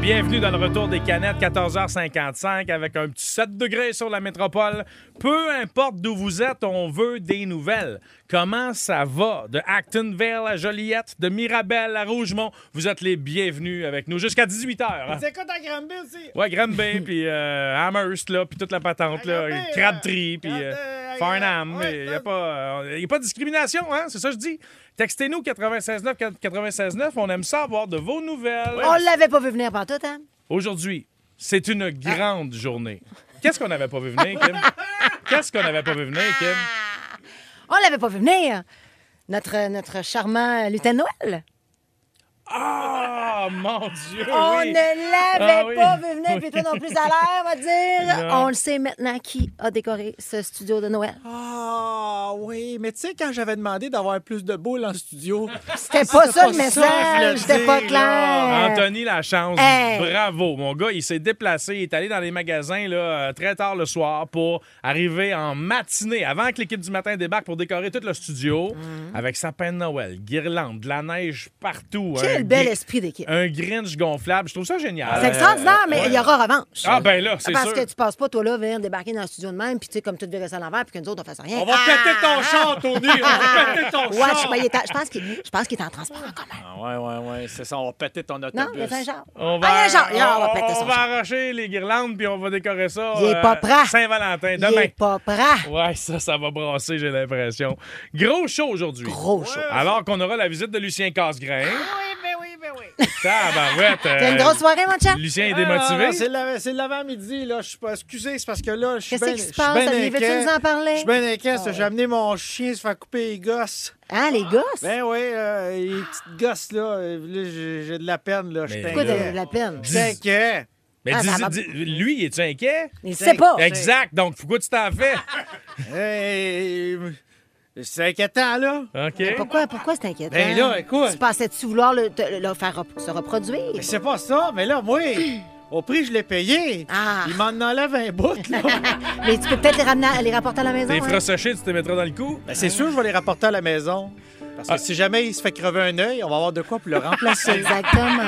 Bienvenue dans le retour des canettes, 14h55, avec un petit 7 degrés sur la métropole. Peu importe d'où vous êtes, on veut des nouvelles. Comment ça va? De Actonville à Joliette, de Mirabel à Rougemont, vous êtes les bienvenus avec nous jusqu'à 18h. hein? C'est quoi ta grande bille aussi? Ouais, Granby, puis euh, Amherst, là, puis toute la patente, là, Granby, euh, Crabtree, puis Grand- euh, euh, Farnham. ouais, Il n'y ça- a, pas, euh, y a pas de discrimination, hein? C'est ça que je dis. Textez-nous 96.9, 96.9. On aime ça avoir de vos nouvelles. On l'avait pas vu venir partout, hein? Aujourd'hui, c'est Ah. une grande journée. Qu'est-ce qu'on n'avait pas vu venir, Kim? Qu'est-ce qu'on n'avait pas vu venir, Kim? On l'avait pas vu venir. Notre, notre charmant lutin de Noël. Ah, mon Dieu! On oui. ne l'avait Ah oui. pas vu venir, puis Oui. toi non plus à l'air, on va dire. Non. On le sait maintenant qui a décoré ce studio de Noël. Ah oui, mais tu sais, quand j'avais demandé d'avoir plus de boules en studio, C'était ah, pas ça le pas ça, je le message, c'était dis, pas là. clair. Anthony Lachance, Hey. bravo. Mon gars, il s'est déplacé, il est allé dans les magasins là, euh, très tard le soir pour arriver en matinée, avant que l'équipe du matin débarque pour décorer tout le studio, Mhm. avec sapin de Noël, guirlande, de la neige partout. Quel un bel gri- esprit d'équipe. Un Grinch gonflable. Je trouve ça génial. C'est extraordinaire, mais il y aura revanche. Ah, ben là, c'est Parce sûr. que tu passes pas, toi, là, venir débarquer dans le studio de même, puis tu sais, comme tout verrais ça à l'envers, puis que nous autres, on fasse rien. On va Ah! péter ton char, Tony! On va péter ton Ouais, char! ben, je sais pas, il est en- je pense qu'il je pense qu'il est en transport en commun. Ah ouais, ouais, ouais, c'est ça, on va péter ton Non, autobus. il est un genre. On va, Ah, il y a un genre. Là, on va on- péter on son va char. arracher les guirlandes puis on va décorer ça. euh, Il est pas prêt. Saint-Valentin, Il demain. est pas prêt. Ouais, ça, ça va brasser, j'ai l'impression. Gros show aujourd'hui. Gros show. Alors qu'on aura la visite de Lucien Casgrain. Oui, oui, oui. Tabarouette. T'as une euh, grosse soirée, mon chat? Lucien est Ah, non, démotivé. non, c'est de l'avant- c'est de l'avant-midi, là. Je suis pas. Excusez, c'est parce que là, je suis Qu'est-ce bien. qui se je suis passe, bien Olivier? Veux-tu inquiet. nous en parler? Je suis bien inquiet, parce que j'ai amené mon chien se faire couper les gosses. Hein, les gosses? Ben oui, euh, les petites gosses, là. euh, là, j'ai j'ai de la peine, là. Je suis Mais Pourquoi là- t'as eu de inquiet. la peine? Je suis inquiet. Mais Ah, dis- ça va- Oh, dis- lui, es-tu inquiet? Il sait pas. Exact. Donc, pourquoi tu t'en fais? Hey, euh, C'est inquiétant, là. OK. Pourquoi, pourquoi c'est inquiétant? Ben là, écoute. Tu pensais-tu vouloir le, te- le faire rep- se reproduire? Mais c'est pas ça, mais là, moi, au prix, je l'ai payé. Ah. Il m'en enlève un bout, là. Ben, Mais tu peux peut-être les, ramener, à- les rapporter à la maison. T'es hein? frais séchés, tu te mettras dans le coup. Ben, c'est sûr, je vais les rapporter à la maison. Parce que Ah. si jamais il se fait crever un œil, on va avoir de quoi pour le remplacer. Exactement.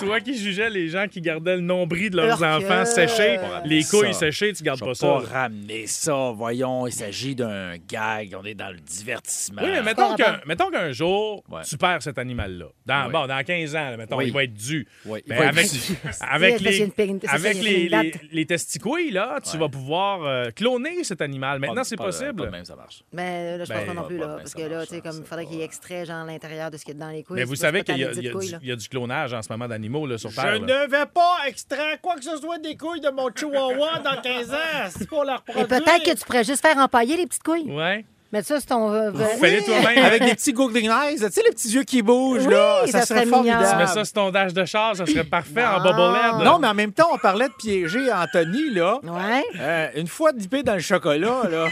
Toi qui jugeais les gens qui gardaient le nombril de leurs Leur enfants queue. séchés, les Ça. couilles séchées, tu gardes Je pas vais ça. pas ramener ça. Voyons, il s'agit d'un gag. On est dans le divertissement. Oui, mais Pas mettons avant. que- mettons qu'un jour, Ouais. tu perds cet animal-là. Dans, Oui. Bon, dans 15 ans, là, mettons, Oui. il va être dû. Oui, il Ben, va être avec dû. avec C'est parce qu'il y a les, une pig- c'est avec ça, il y a les, une date. les, les testicouilles, là, tu vas pouvoir euh, cloner cet animal. Maintenant, c'est Pas- Pas, de possible. même, ça marche. Mais là, je pense Ben, pas non plus, pas là. bien, Parce ça que là, marche, tu sais, ça, comme il c'est faudrait qu'il extrait, genre, l'intérieur de ce qu'il y a dans les couilles. Mais C'est vous pas savez tant qu'il y, a- les il y a dites couilles, du- là. il y a du clonage en ce moment d'animaux là, sur Je Terre. là. ne vais pas extraire quoi que ce soit des couilles de mon chihuahua dans 15 ans. C'est pour la Et reproduire. peut-être que tu pourrais juste faire empailler les petites couilles. Ouais. Mais ça, c'est ton. euh, Fais-les toi-même. Avec des petits googling eyes, tu sais, les petits yeux qui bougent, Oui, là. ça serait mignon. formidable. Mais ça, c'est ton dash de char, ça serait parfait en Ah. Non. bobolette. Non, mais en même temps, on parlait de piéger Anthony, là. Ouais. Euh, une fois dippé dans le chocolat, là,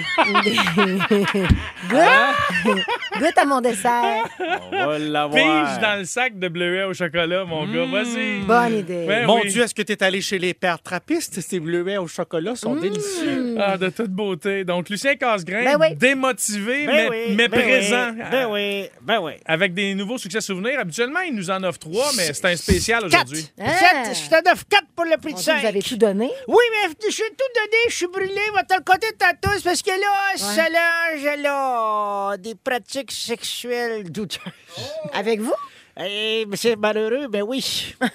Goûte à mon dessert. On va l'avoir. Pige dans le sac de bleuet au chocolat, mon Hmm. gars. Vas-y. Bonne idée. Ouais. Eh mon oui. Dieu, est-ce que t'es allé chez les pères trappistes? Ces bleuets au chocolat sont Mmh. délicieux. Ah, de toute beauté. Donc, Lucien Casgrain, Ben oui. démotivé, mais, mais présent. euh, Ben oui, ben oui. Avec des nouveaux succès souvenirs. Habituellement, il nous en offre trois, mais c'est un spécial aujourd'hui. Ah. Sept, je te offre 4 pour le prix Mon de Dieu, 5. vous avez tout donné. Oui, mais je suis tout donné, je suis brûlé, va te le compter tantôt, c'est parce que là, Solange, là, a des pratiques sexuelles douteuses. Oh. Avec vous? Eh, mais c'est malheureux, mais oui. ben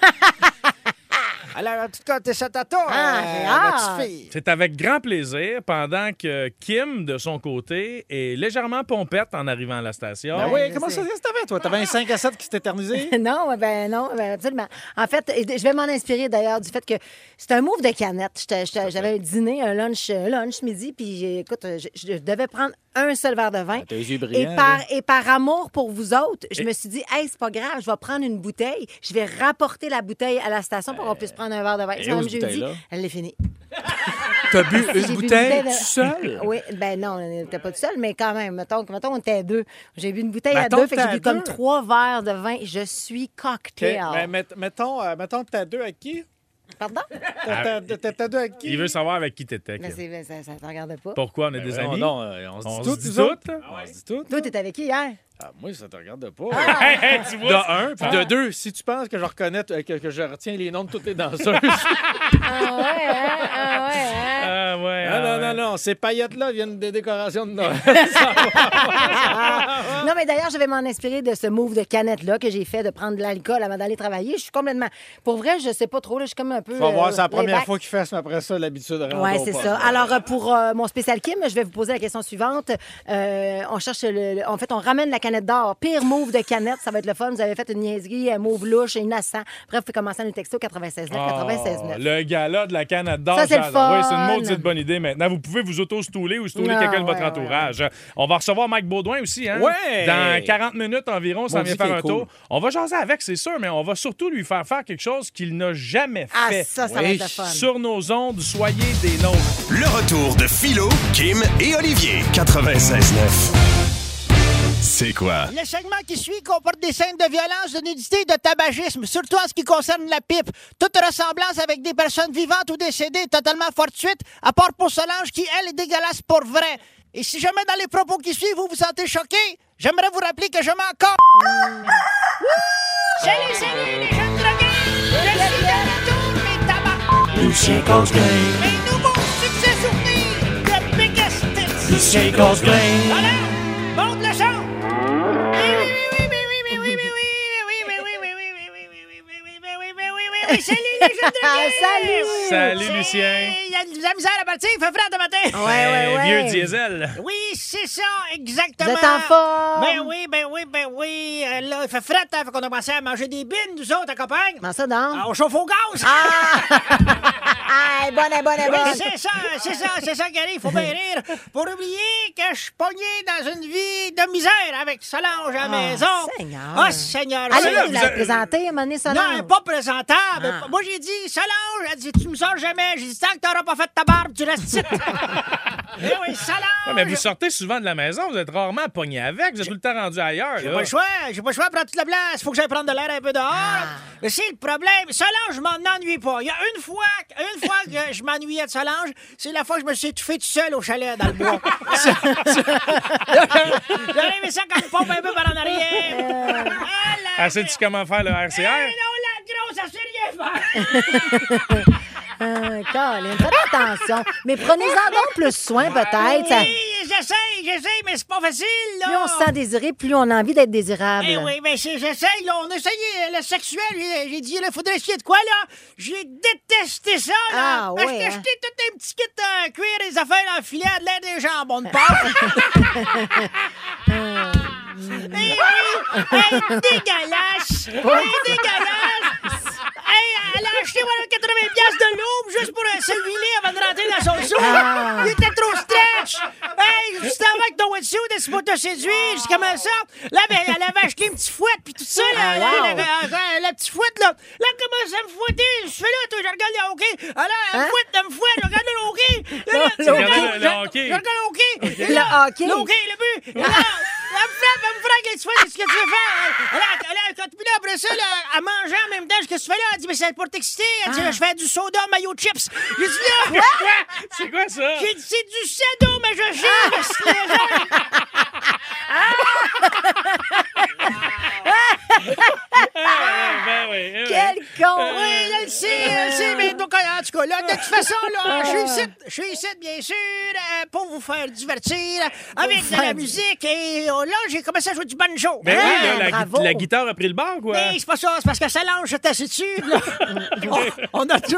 Alors, en tout cas, t'es ça à toi, Ah, euh, j'ai hâte. notre fille. C'est avec grand plaisir, pendant que Kim, de son côté, est légèrement pompette en arrivant à la station. Ben Ouais, oui, je comment sais. ça se t'avais, toi? T'avais un 5 à 7 qui s'est éternisé? non, ben non, ben absolument. En fait, je vais m'en inspirer d'ailleurs du fait que c'est un move de canette. J'étais- j'étais- J'avais un dîner, un lunch, un lunch midi, puis j'ai- écoute, je, je devais prendre un seul verre de vin. Ah, t'as les yeux brillants, et, par, là. et par amour pour vous autres, je me suis dit, hey, c'est pas grave, je vais prendre une bouteille, je vais rapporter la bouteille à la station pour qu'on puisse prendre un verre de vin. et C'est Ben, où, même cette jeudi, bouteille-là? elle est finie. T'as bu J'ai bu une bouteille de- tout seul? Oui, ben non, on n'était pas tout seul, mais quand même, mettons, que- mettons on était à deux. J'ai bu une bouteille Ben, Mettons à que deux, fait que t'es à j'ai bu comme deux. trois verres de vin. Je suis OK, Ben, ben, cocktail. mais met- mettons, euh, mettons que t'as deux à qui? Pardon? T'as- T'as t'as- t'as deux à qui? Il veut savoir avec qui t'étais, Kim. Mais Ben c'est- mais ça, ça te regarde pas. Pourquoi on est Ben des voyons amis? donc, euh, on se On dit se tout, dit nous autres. tout, hein? On se dit tout. Toi, t'étais avec qui hier? Ah, moi, ça te regarde pas. Hey, hey, tu vois, De un, puis de deux, si tu penses que je reconnais, t- euh, que, que je retiens les noms de toutes les danseuses. Ah ouais, hein? Ah ouais, hein? Ah ouais. Ah, ah non, non, ouais. non, ces paillettes-là viennent des décorations de Noël. Non, mais d'ailleurs, je vais m'en inspirer de ce move de canette-là que j'ai fait de prendre de l'alcool avant d'aller travailler. Je suis complètement. Pour vrai, je sais pas trop, là, je suis comme un peu. Tu vas voir, euh, c'est la première laid-back. fois qu'ils fassent, mais après ça, l'habitude rentre Oui, au c'est poste. ça. Alors, euh, pour euh, mon spécial Kim, je vais vous poser la question suivante. Euh, on cherche le, le- En fait, on ramène la canette d'or. Pire move de canette, ça va être le fun. Vous avez fait une niaiserie, un move louche, innocent. Bref, vous pouvez commencer à nous texter au 96 9, 96 9. Ah, le gala de la Canada d'or, Ça, c'est le j'adore. Oui, c'est une fun. maudite bonne idée maintenant. Vous pouvez vous auto-stouler ou stouler Non, quelqu'un de votre ouais, ouais, entourage. On va recevoir Mike Baudouin aussi. Hein? Ouais! Dans 40 minutes environ, ça Maudit vient faire qu'il est un cool. tour. On va jaser avec, c'est sûr, mais on va surtout lui faire faire quelque chose qu'il n'a jamais Ah, fait. ça, ça va Oui. être le fun. Sur nos ondes, soyez des nôtres. Le retour de Philo, Kim et Olivier. 96.9. C'est quoi? Le segment qui suit comporte des scènes de violence, de nudité et de tabagisme, surtout en ce qui concerne la pipe. Toute ressemblance avec des personnes vivantes ou décédées est totalement fortuite, à part pour Solange qui, elle, est dégueulasse pour vrai. Et si jamais dans les propos qui suivent, vous vous sentez choqué, j'aimerais vous rappeler que je m'en compte. Salut, salut les jeunes drogués! Je suis de retour, mes tabacs! Lucien Cosgrain, Mes nouveaux succès souvenirs! The biggest hits! Lucien Cosgrain, Alors, monte le son! Oui, oui, oui, oui, oui, oui, oui, oui, oui, oui, oui, oui, oui, oui, oui, oui, oui, oui, oui, oui, oui, oui, oui, oui, oui, oui, oui, salut les jeunes Ah, drogués! Salut! Salut, C'est- Lucien. Il y a de la misère à partir, il fait frais de matin! Ouais, ouais, Eh, ouais. Vieux diesel. Oui, c'est ça, exactement. Vous êtes en forme? Ben oui, ben oui, ben oui. Euh, là, il fait fret, hein, fait qu'on a commencé à manger des bines, nous autres, à campagne. Comment ça, donc? Ah, on chauffe au gaz. Ah! Hey, bonne, bonne, Oui, bonne. c'est ça, c'est ça, c'est ça, Gary, faut bien rire. Pour oublier que je suis pogné dans une vie de misère avec Solange à la maison. Ah, Seigneur. Ah, Seigneur. Allez, oui. vous l'avez présenté, à un moment donné, ça Non, elle est pas présentable. Ah. Moi, j'ai dit, Solange, elle dit, tu me sors jamais. J'ai dit, tant que t'auras pas fait ta barbe, tu restes ici. Eh oui, Solange. Ouais, mais vous sortez souvent de la maison, vous êtes rarement pogné avec, vous êtes tout le temps rendu ailleurs. J'ai là. pas le choix, j'ai pas le choix, prends toute la place. Faut que j'aille prendre de l'air un peu dehors. Ah. Mais c'est le problème. Solange, je m'en ennuie pas. Il y a une fois, une fois que je m'ennuyais de Solange, c'est la fois que je me suis étouffé tout seul au chalet dans le bois. J'aurais aimé ça quand je pompe un peu par en arrière. Ah, là, Ah, sais-tu comment faire le Eh, RCR? non, la grosse, ça sait rien faire. Euh, Colin, faites attention. Mais prenez-en donc plus soin, peut-être. Ça- Ah Oui, j'essaie, j'essaie, mais c'est pas facile, là. Plus on se sent désiré, plus on a envie d'être désirable. Eh oui, mais c'est- j'essaye, là, on a essayé euh, le sexuel, j'ai j'ai dit, il faudrait essayer de quoi, là? J'ai détesté ça, là! Ah, J'ai ouais, acheté hein? tout un petit kit euh, cuir, les affaires en filet, de l'air des jambons de porc. Eh oui! Elle est dégueulasse! Elle est dégueulasse! Hey, elle a acheté voilà, 80 pièces de l'aube juste pour euh, se huiler avant de rentrer dans son sou. Ah. Il était trop stretch. Hey, juste avant que ton wetsuit est pour te séduire, c'est comme ça. Là, ben, elle avait acheté une petite fouette, puis tout ça, là, Ah, là, wow. la, la- la- la petite fouette, là. Là, elle commence à me fouetter. Je fais là, toi, je regarde le hockey. Alors, elle me Hein? fouette, elle me fouette, je regarde le hockey. Là, là, Le je hockey. regarde- Le je- hockey. Je regarde le hockey. Et Le là, hockey. Le hockey, le but. Et là, elle me frappe, elle me frappe, qu'est-ce que tu fais, qu'est-ce que tu veux faire? Elle, elle, elle, quand- puis là, après ça, là, elle mangeait en même temps, qu'est-ce que tu fais là? Elle dit, mais c'est pour t'exciter. Elle Ah. dit, je fais du soda, mayo chips. J'ai dit, là, C'est quoi ça? j'ai dit, c'est du sado, mais je Ah. chips. Ben oui, eh oui. Quel con! Ah, ben Oui, elle le sait, elle le sait, mais donc, en en tout cas, là, de toute façon, Ah. là, je suis ici, je suis ici, bien sûr, euh, pour vous faire divertir avec de la faire- Ben musique. Et euh, là, j'ai commencé à jouer du banjo. Mais oui, Hein? là, la, gui- bravo. la guitare a pris le bord, quoi. Mais c'est pas ça, c'est parce que Salange, j'étais assis dessus. là. on, on a tout.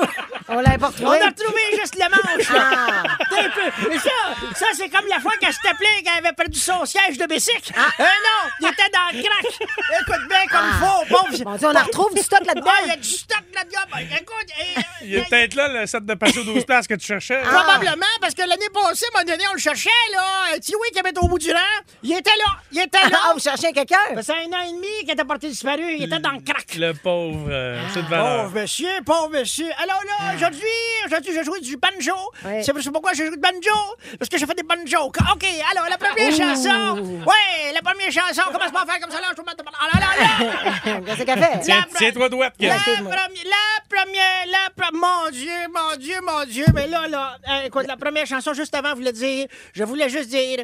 On l'a pas On retrouvé. a retrouvé juste le manche, là. Un peu. Mais ça, ça c'est comme la fois qu'elle s'était plainte qu'elle avait perdu son siège de bicycle. Euh, non, il était dans le crack. Ah! Écoute bien comme il faut, pauvre. Mon Dieu, on en retrouve du stock là-dedans. Ouais, il y a du stock là-dedans. Ben, écoute, euh, Il est euh, peut-être là, le set de Pacho 12 places que tu cherchais. Ah. Probablement, parce que l'année passée, à un moment donné, on le cherchait, là. Un petit oui qui avait été au bout du rang. Il était là. Il était là. Ah, vous cherchez quelqu'un? Ça faisait oh, un an et demi qu'il était parti disparu. Il était dans le crack. Le pauvre, euh, c'est de valeur. Ah, Pauvre monsieur, pauvre monsieur. Alors là, aujourd'hui, aujourd'hui, je joue du banjo. Ouais. C'est pour- c'est pourquoi je joue du banjo. Parce que je fais des banjos. OK, alors la première chanson. Ouais, la première chanson. Commence pas à faire comme ça là. Je vous mets de- Ah là là là. Qu'est-ce qu'elle fait? Tiens, la- tiens-toi douette, Kim. La, premi- la première, la pre- Mon Dieu, mon Dieu, mon Dieu. Mais là, là, euh, écoute, la première chanson juste avant voulait dire, je voulais juste dire.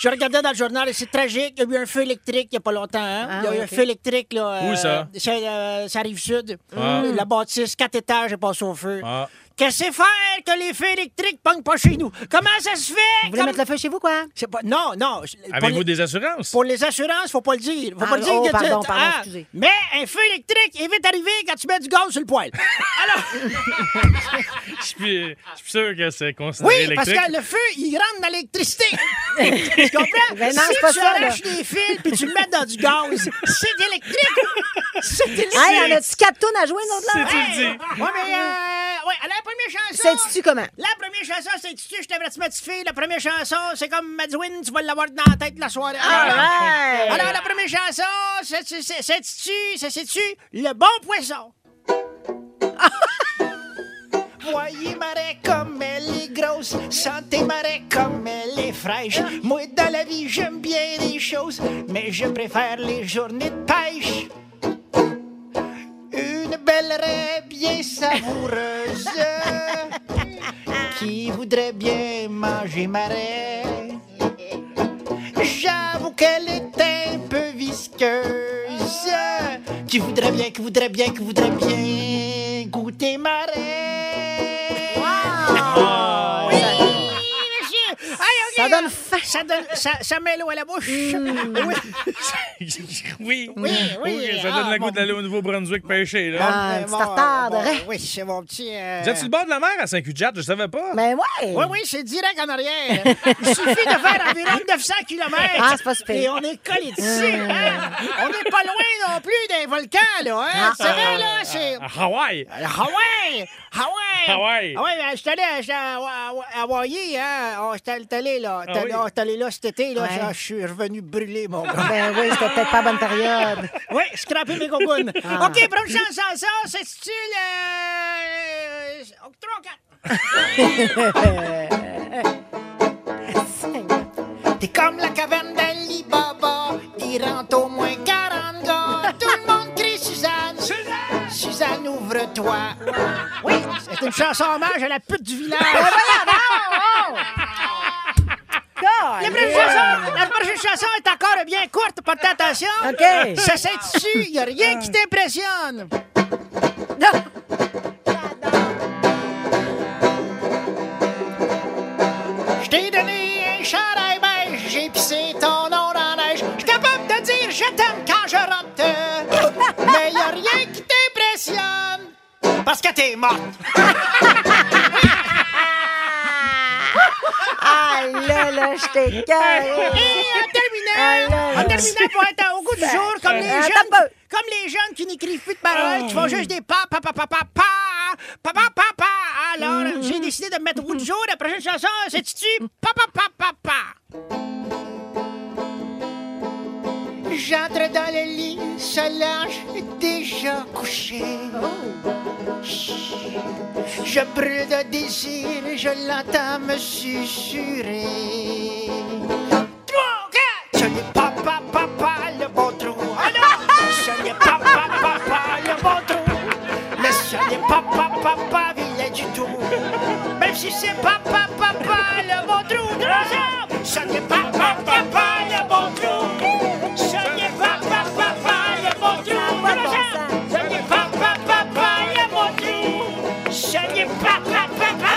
Je regardais dans le journal et c'est tragique. Il y a eu un feu électrique il n'y a pas longtemps. hein. Ah, il y a eu oui, un ok. feu électrique. Là, Où euh, ça? C'est, euh, ça arrive sud. Ah. La bâtisse, quatre étages, est passée au feu. Ah. Qu'est-ce que c'est faire que les feux électriques ne pas chez nous? Comment ça se fait? Vous voulez Comme- mettre le feu chez vous, quoi? C'est pas... Non, non. je- pour les- Avez-vous des assurances? pour les assurances, faut pas le dire. Faut pas Ah, le dire oh, que tu- pardon, ah, pardon, excusez. Mais un feu électrique est vite arrivé quand tu mets du gaz sur le poêle. Je suis je suis sûr que c'est considéré Oui, parce électrique. que le feu, il rentre dans l'électricité. tu comprends? Ben non, si c'est pas tu ça, arraches les fils puis tu le mets dans du gaz, c'est électrique. C'est électrique. Hey, on a-tu quatre tonnes à jouer, nous autres, là? C'est- Hey, tu le dis. Ouais, mais euh, ouais, la première chanson. C'est tu comment? La première chanson, c'est intitulée Je t'avais ma petite fille. La première chanson, c'est comme Madwin, tu vas l'avoir dans la tête la soirée. Alors, right. alors, la première chanson, c'est c'est- c'est- c'est tu c'est c'est tu le bon poisson. Voyez Marais comme elle est grosse, sentez Marais comme elle est fraîche. Moi dans la vie j'aime bien les choses, mais je préfère les journées de pêche. Une belle raie bien savoureuse qui voudrait bien manger marais. J'avoue qu'elle est un peu visqueuse qui voudrait bien, qui voudrait bien, qui voudrait bien goûter marais. Ah, Oui, ça- monsieur. Aïe, Ça ok. donne faim. Hmm. Ça donne, ça, ça met l'eau à la bouche. Oui. oui. Oui, oui. ça Ah, donne le bon. goût d'aller au Nouveau-Brunswick pêcher, là. Ah, un Euh, petit bon, tartare de bon, raie. Oui, c'est mon petit. euh, Vous êtes sur le bord de la mer à Saint-Cujat, je savais pas. Ben ouais! Oui, oui, c'est direct en arrière. Il suffit de faire environ 900 km. Ah, c'est pas si pire. Et on est collé d'ici. hein. On n'est pas loin non plus d'un volcan, là. Hein? Ah, c'est vrai, là, c'est. Euh, À Hawaï. Hawaï! Hawaï! Hawaï. Ah ouais, ben, je suis allé à- j'étais à Hawa- à Hawaï, hein. Oh, j'étais j'étais allé, là. Ah J'étais oui. allé- oh, j'étais allé là cet été, là. Ouais. Ah, Je suis revenu brûler, mon gars. Ben oui, c'était peut-être pas la bonne période. Oui, scraper mes gogounes. Ah. OK, prochaine chanson, c'est style. Euh, 3, 4. T'es comme la caverne d'Ali Baba, il rentre au moins 40 gars. Tout le monde crie Suzanne. Suzanne! Suzanne, ouvre-toi. Oui, c'est une chanson hommage à la pute du village. La prochaine chanson, la prochaine chanson est encore bien courte, portez attention. OK. Ça s'intitule Y a rien qui t'impressionne. Je t'ai donné un chandail beige, j'ai pissé ton nom dans la neige. Je suis capable de dire je t'aime quand je rentre. Mais y a rien qui t'impressionne. Parce que t'es morte. Ah là là, je t'écœure! Et en Ah terminant, là là. en terminant pour être au goût du jour, comme les Attends jeunes, un peu. comme les jeunes qui n'écrivent plus de paroles, qui font juste des pa pa pa pa pa pa pa pa pa pa. Alors, j'ai décidé de me mettre au goût du jour. La prochaine chanson, c'est tu pa pa pa pa pa. J'entre dans le lit, Solange est déjà couchée. Je brûle de désir, je l'entends me susurrer. Trois, quatre. Ce n'est pas papa, papa, le bon trou. Ah non, ce n'est pas papa, papa, le bon trou. Mais ce n'est pas papa, papa, vilain du tout. Même si c'est papa, papa, le bon trou. Trois, quatre. Ce n'est pas papa, papa, le bon trou. Ce n'est pas papa, papa, le bon trou. Ça n'a pas de bon sens. Ce n'est pas papa, papa, le bon trou. Ce n'est pas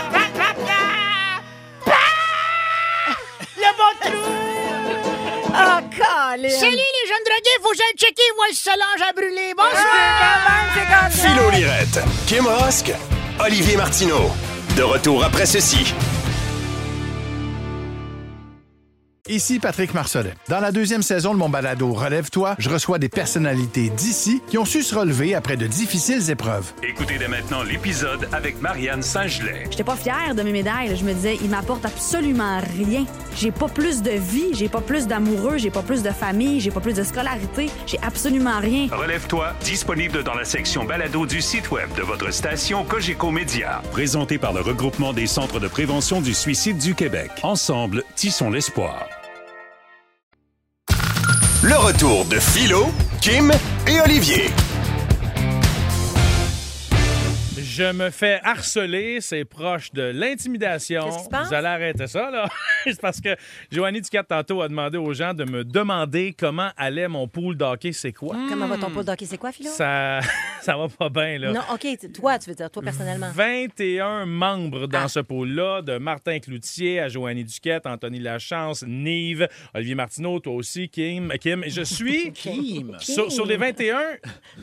Oh, Colin. Salut les jeunes drogués, faut que j'aille checker, moi, le Solange à brûler. Bonsoir! Philo Lirette, Kim Rosk, Olivier Martineau. De retour après ceci. Ici Patrick Marcelet. Dans la deuxième saison de mon balado Relève-toi, je reçois des personnalités d'ici qui ont su se relever après de difficiles épreuves. Écoutez dès maintenant l'épisode avec Marianne Saint-Gelais. J'étais pas fière de mes médailles. là. Je me disais, ils m'apportent absolument rien. J'ai pas plus de vie, j'ai pas plus d'amoureux, j'ai pas plus de famille, j'ai pas plus de scolarité, j'ai absolument rien. Relève-toi, disponible dans la section balado du site web de votre station Cogeco Média. Présenté par le regroupement des centres de prévention du suicide du Québec. Ensemble, tissons l'espoir. Le retour de Philo, Kim et Olivier. Je me fais harceler, c'est proche de l'intimidation. Qu'est-ce qui se passe? Vous allez arrêter ça, là. c'est parce que Joanie Ducat, tantôt, a demandé aux gens de me demander comment allait mon pool d'hockey, c'est quoi. Comment va ton pot d'hockey? C'est quoi, Philo? Ça... ça va pas bien, là. Non, OK, t- toi, tu veux dire, toi personnellement. 21 membres Ah. dans ce pôle-là, de Martin Cloutier à Joanny Duquette, Anthony Lachance, Nive, Olivier Martineau, toi aussi, Kim. Kim. Et je suis. Kim. Sur, sur les 21,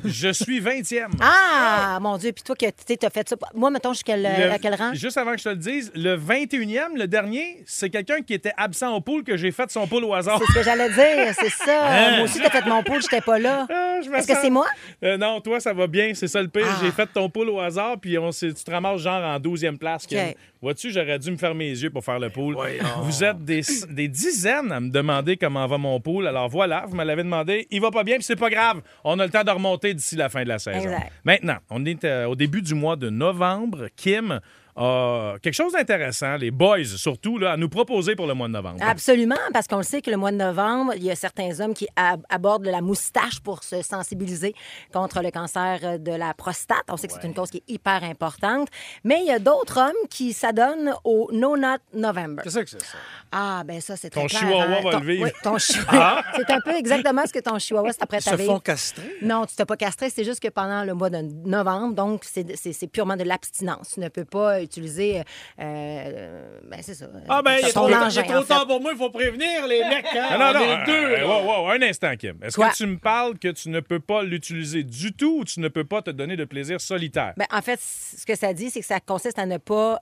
je suis 20e. Ah, mon Dieu, puis toi, que tu t'as fait ça. Moi, mettons, jusqu'à le- Le- à quel rang? Juste avant que je te le dise, le 21e, le dernier, c'est quelqu'un qui était absent au pool que j'ai fait son pool au hasard. C'est ce que j'allais dire, c'est ça. Hein? Ah, Moi aussi, t'as fait mon pool, j'étais pas là. me Est-ce que sens- c'est moi? Euh, non, toi, ça va bien, c'est ça le pire. Ah. J'ai fait ton pool au hasard, puis on s'est- tu te ramasses genre en 12e place. Kim. Ok. Vois-tu, j'aurais dû me fermer les yeux pour faire le pool. oh. Vous êtes des, des dizaines à me demander comment va mon pool. Alors voilà, vous me l'avez demandé. Il va pas bien, puis c'est pas grave. On a le temps de remonter d'ici la fin de la saison. Exact. Maintenant, on est euh, au début du mois de novembre. Kim a quelque chose d'intéressant, les boys surtout, là, à nous proposer pour le mois de novembre. Absolument, parce qu'on le sait que le mois de novembre, il y a certains hommes qui ab- abordent la moustache pour se sensibiliser contre le cancer euh, de la prostate. On sait que c'est une cause qui est hyper importante. Mais il y a d'autres hommes qui s'adonnent au No Not November. Qu'est-ce que c'est ça? Ah, ben ça, c'est très Ton clair, chihuahua hein. va Ton- le vivre. oui, ton chihuahua. Ah! C'est un peu exactement ce que ton chihuahua, c'est après Ils ta se vie. font castrer. Non, tu t'es pas castré, c'est juste que pendant le mois de novembre, donc c'est c'est- c'est purement de l'abstinence. Tu ne peux pas utiliser. euh, euh, ben, c'est ça. Ah, ben, il est Ton trop, engin, il est trop en fait. tard pour moi, il faut prévenir les mecs. Hein? Ah, Non, non, On non. est euh, deux. euh, là. wow, wow, un instant, Kim. Est-ce Quoi? que tu me parles que tu ne peux pas l'utiliser du tout ou tu ne peux pas te donner de plaisir solitaire? Ben, en fait, c- ce que ça dit, c'est que ça consiste à ne pas.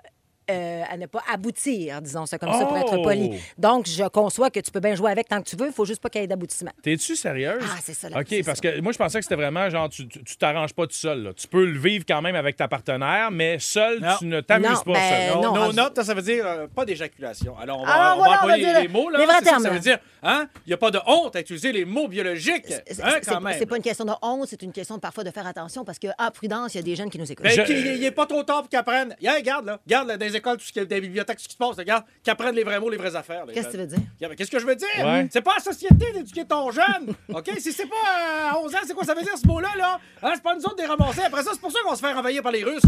euh, à ne pas aboutir, disons ça comme ça, pour être Oh! poli. Donc, je conçois que tu peux bien jouer avec tant que tu veux, il faut juste pas qu'il y ait d'aboutissement. T'es-tu sérieuse? Ah, c'est ça, là, c'est OK, parce que moi, je pensais que c'était vraiment genre, tu tu- tu t'arranges pas tout seul. là. Tu peux le vivre quand même avec ta partenaire, mais seul, Non. tu ne t'amuses Non, pas ben, seul. non. Non, rendu- note, ça veut dire euh, pas d'éjaculation. Alors, on va, Alors, on va voilà, on va employer dire les mots. Là, les vrais C'est ça, termes, Ça là. veut dire, hein, il n'y a pas de honte à utiliser les mots biologiques, C'est hein, c'est- quand même. c'est pas une question de honte, c'est une question de, parfois de faire attention parce que, ah, prudence, il y a des jeunes qui nous écoutent. Ben, Je- qu'il- Il n'est pas trop tard pour qu'ils apprennent. Yeah, regarde, là. Regarde, là, dans les écoles, tout ce qui est, dans les bibliothèques, tout ce qui se passe. là, Regarde, qu'ils apprennent les vrais mots, les vraies affaires. les Qu'est-ce que tu jeunes. veux dire? Yeah, mais Qu'est-ce que je veux dire? Ouais. C'est pas à la société d'éduquer ton jeune. OK? Si c'est pas euh, à 11 ans, c'est quoi ça veut dire ce mot-là? là? Hein, c'est pas nous autres des ramassés. Après ça, c'est pour ça qu'on se fait renvoyer par les Russes.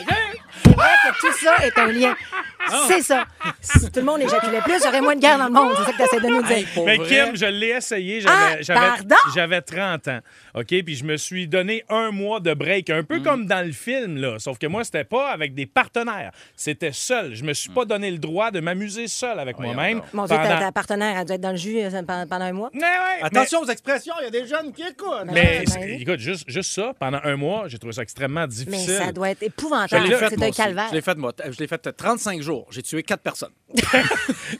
OK? C'est vrai que tout ça est un lien. Ah. C'est ça. Si tout le monde éjaculait plus, j'aurais moins de guerre dans le monde. C'est ça que tu essaies de nous dire. Mais Ben, Kim, je l'ai essayé. Ah, J'avais, j'avais- pardon? j'avais 30 ans. OK? Puis je me suis donné un mois de break, un Mm. peu comme dans le film, là. Sauf que moi, c'était pas avec des partenaires. C'était seul. Je me suis pas donné le droit de m'amuser seul avec moi-même. Mm. Mon Dieu, ta, pendant- ta partenaire a dû être dans le jus euh, pendant pendant un mois. Ouais, ouais, Attention aux expressions, il y a des jeunes qui écoutent. Mais, mais Ouais, c'est- ben oui. écoute, juste, juste ça, pendant un mois, j'ai trouvé ça extrêmement difficile. Mais ça doit être Je épouvantable. l'ai fait, C'est moi un aussi. calvaire. Je l'ai fait, moi. Je l'ai fait 35 jours. J'ai tué 4 personnes.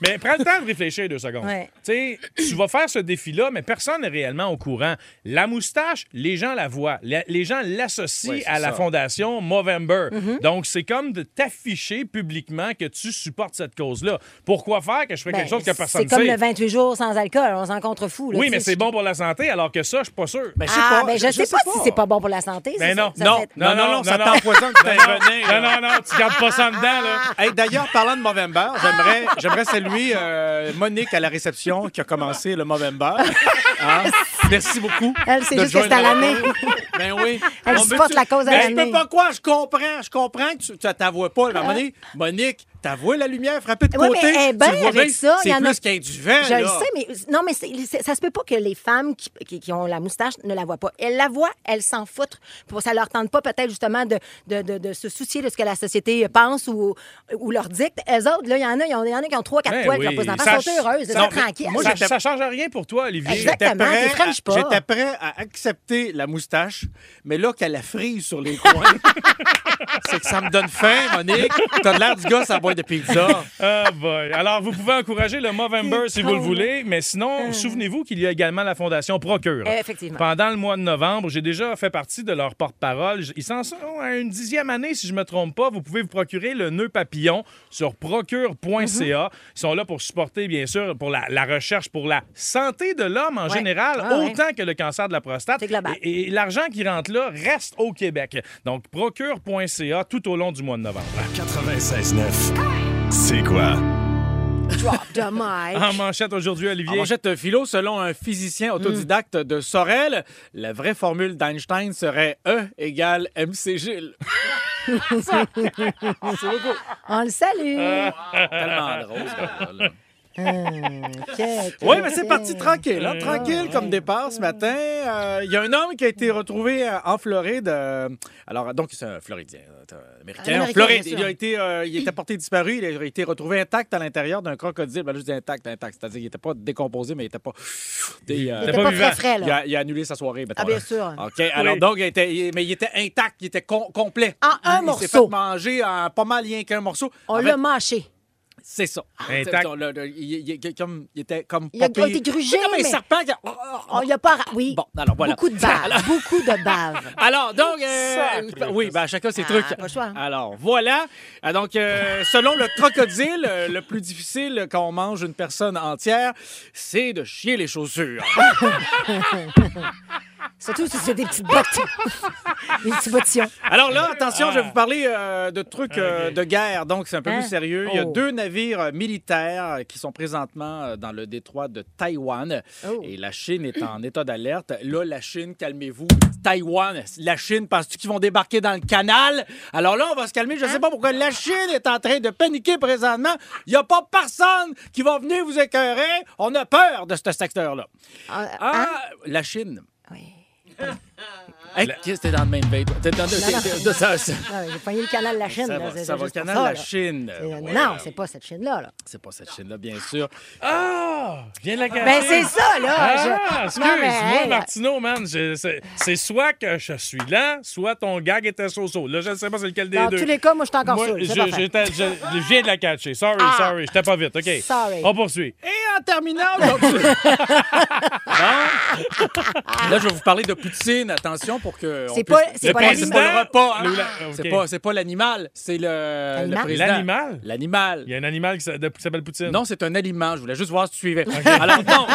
Mais prends le temps de réfléchir deux secondes. Ouais. Tu sais, tu vas faire ce défi-là, mais personne n'est réellement au courant. La moustache, les gens la voient. La- les gens l'associent Ouais, c'est à la ça. fondation Movember. Mm-hmm. Donc, c'est comme de t'afficher publiquement que tu supportes cette cause-là. Pourquoi faire que je fais Ben, quelque chose que personne c'est ne comme sait? le 28 jours sans alcool. On s'en contrefou. là, oui, tu mais sais, c'est bon pour la santé, alors que ça, je suis pas sûr. Ben, je sais Ah, pas, ben je, sais, pas, si c'est pas bon pour la santé. Ben c'est ça. non. Ça Non, fait- non, non, non, ça t'empoisonne que Ah, ben non, t'intervenais, non, ben, là. non, non, tu gardes pas ça en dedans, là. Ah, Hey, D'ailleurs, parlant de Movember, j'aimerais, j'aimerais saluer euh, Monique à la réception qui a commencé le Movember. Hein? Merci beaucoup. Elle, c'est de juste que c'est joindre à la l'année. cause. Ben oui. Elle On supporte peut-tu- la cause à Ben, Je l'année. peux pas croire, je comprends. Je comprends que tu tu t'avoues pas. Mais à un moment donné, Monique, T'as vu la lumière frapper de Oui, côté? mais eh ben, tu vois avec bien, ça, il c'est y en a- plus qu'un du vent, Je là. le sais, mais non, mais c'est- c'est- ça se peut pas que les femmes qui, qui- qui ont la moustache ne la voient pas. Elles la voient, elles s'en foutent. Pour- Ça leur tente pas peut-être justement de, de, de- de se soucier de ce que la société pense ou, ou leur dicte. Elles autres, là, il y en a, il y en a- il y en a qui ont trois, quatre Ben poils, qui oui. ont pas d'enfants, Ça- elles sont heureuses, elles non, sont mais tranquilles. moi, ça, ça change rien pour toi, Olivier. J'étais Exactement, prêt t'es French à- pas. J'étais prêt à accepter la moustache, mais là, qu'elle la frise sur les coins, c'est que ça me donne faim, Monique. T'as de l'air du gars, ça boîte de pizza. Ah boy. Alors, vous pouvez encourager le Movember si vous le voulez, mais sinon, souvenez-vous qu'il y a également la Fondation Procure. Euh, effectivement. Pendant le mois de novembre, j'ai déjà fait partie de leur porte-parole. J- Ils s'en sont oh, à une dixième année, si je ne me trompe pas. Vous pouvez vous procurer le nœud papillon sur procure.ca. Mm-hmm. Ils sont là pour supporter, bien sûr, pour la, la recherche, pour la santé de l'homme en général, Ouais, ouais. autant que le cancer de la prostate. global. Et, et l'argent qui rentre là reste au Québec. Donc, procure.ca tout au long du mois de novembre. 96.9. C'est quoi? Drop the mic. En manchette aujourd'hui, Olivier. En manchette euh, philo, selon un physicien autodidacte de Sorel, la vraie formule d'Einstein serait E égale MC Gilles. On le salue. Euh. Tellement drôle, ce gars-là. oui, Oui, mais c'est parti tranquille. hein, Tranquille comme départ ce matin. Euh, Il y a un homme qui a été retrouvé euh, en Floride. euh, alors, donc, c'est un Floridien, euh, un Un Américain. En Américain, Floride, bien sûr. il a été, euh, il était porté disparu. Il a été retrouvé intact à l'intérieur d'un crocodile. Ben là, je dis intact, intact. C'est-à-dire qu'il n'était pas décomposé, mais il n'était pas. euh, Il était pas pas vivant. très frais, là. Il a, il a annulé sa soirée. mettons, Ah, bien là. sûr. OK. Alors, donc, il était, il- mais il était intact. Il était com- complet. En un il morceau. s'est fait manger en pas mal rien qu'un morceau. On En fait, l'a mâché. c'est ça. Intact. Ah, C'est- le- le- il, il- il- comme, il était comme. Il a popé. été grugé, C'est comme un mais- Oh, serpent. qui a- Ah, On y a pas. ra- Oui. Bon, alors voilà. Beaucoup de bave. beaucoup de bave. ah, Alors, donc, euh, oui, ben, chacun ses Ah, trucs. pas le choix. Alors, voilà. Ah, donc, euh, selon le crocodile, euh, le plus difficile quand on mange une personne entière, c'est de chier les chaussures. Surtout si c'est des petites bottes. des petits bottillons. Alors là, attention, je vais vous parler euh, de trucs euh, de guerre, donc c'est un peu ah. Hein? plus sérieux. Il y a Oh. deux navires euh, militaires euh, qui sont présentement euh, dans le détroit de Taïwan Oh. et la Chine est en état d'alerte. Là, la Chine, calmez-vous. Taïwan, la Chine, penses-tu qu'ils vont débarquer dans le canal? Alors là, on va se calmer. Je ne Hein? sais pas pourquoi la Chine est en train de paniquer présentement. Il n'y a pas personne qui va venir vous écœurer. On a peur de ce secteur-là. Ah, Ah, hein? la Chine. Oui. Hey, qu'est-ce que t'es dans le même veille, toi? T'es dans le- Non, non. t'es- t'es- ça- ça- Ah, J'ai poigné le canal de la Chine. ça là, va, c'est- ça c'est va au juste pour canal ça, la là. Chine. C'est- Ouais. Non, c'est pas cette Chine-là. Là. C'est pas cette Chine-là, bien sûr. Ah! Je viens de la Ben, cacher. c'est ça, là. Ah, je- excuse-moi, Non, mais, hey, Martineau, man. je- c'est- C'est soit que je suis lent, soit ton gag était so-so. Là, je ne sais pas c'est lequel des Dans deux. tous les cas, moi, je suis encore Moi, saoul, je, c'est parfait. Ah. j'étais- je- je viens de la catcher. Sorry, sorry. J'étais pas vite. OK. Sorry. On poursuit. Et en terminale, donc- Non. Là, je vais vous parler de Poutine. Attention pour que. on C'est puisse- pas- c'est Le pas président- l'animal. le repas, hein. Le- la- C'est ok. pas, c'est pas l'animal, c'est le, le L'animal? président. L'animal? L'animal. Il y a un animal qui s'a- de- qui s'appelle Poutine. Non, c'est un aliment. Je voulais juste voir si tu suivais. Alors, donc,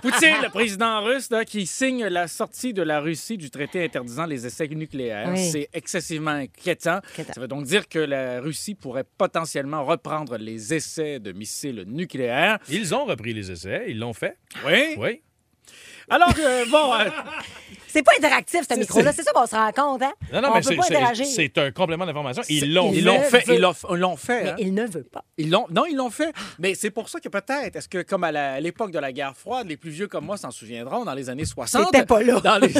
Poutine, le président russe, là, qui signe la sortie de la Russie du traité interdisant les essais nucléaires, Oui. c'est excessivement inquiétant. Inquiétant. Ça veut donc dire que la Russie pourrait potentiellement reprendre les essais de missiles nucléaires. Ils ont repris les essais. Ils l'ont fait. Oui. Oui. Alors, euh, bon, euh, C'est pas interactif, ce micro-là. C'est ça qu'on se rend compte, hein? Non, non, On mais peut c'est- pas c'est interagir. c'est un complément d'information. Ils l'ont ils fait. l'ont fait, veut. ils l'ont ils l'ont fait. Mais hein. il ne veut pas. Ils l'ont, non, ils l'ont fait. Mais c'est pour ça que peut-être, est-ce que comme à, la- à l'époque de la guerre froide, les plus vieux comme moi s'en souviendront, dans les années 60, T'étais pas là. dans les,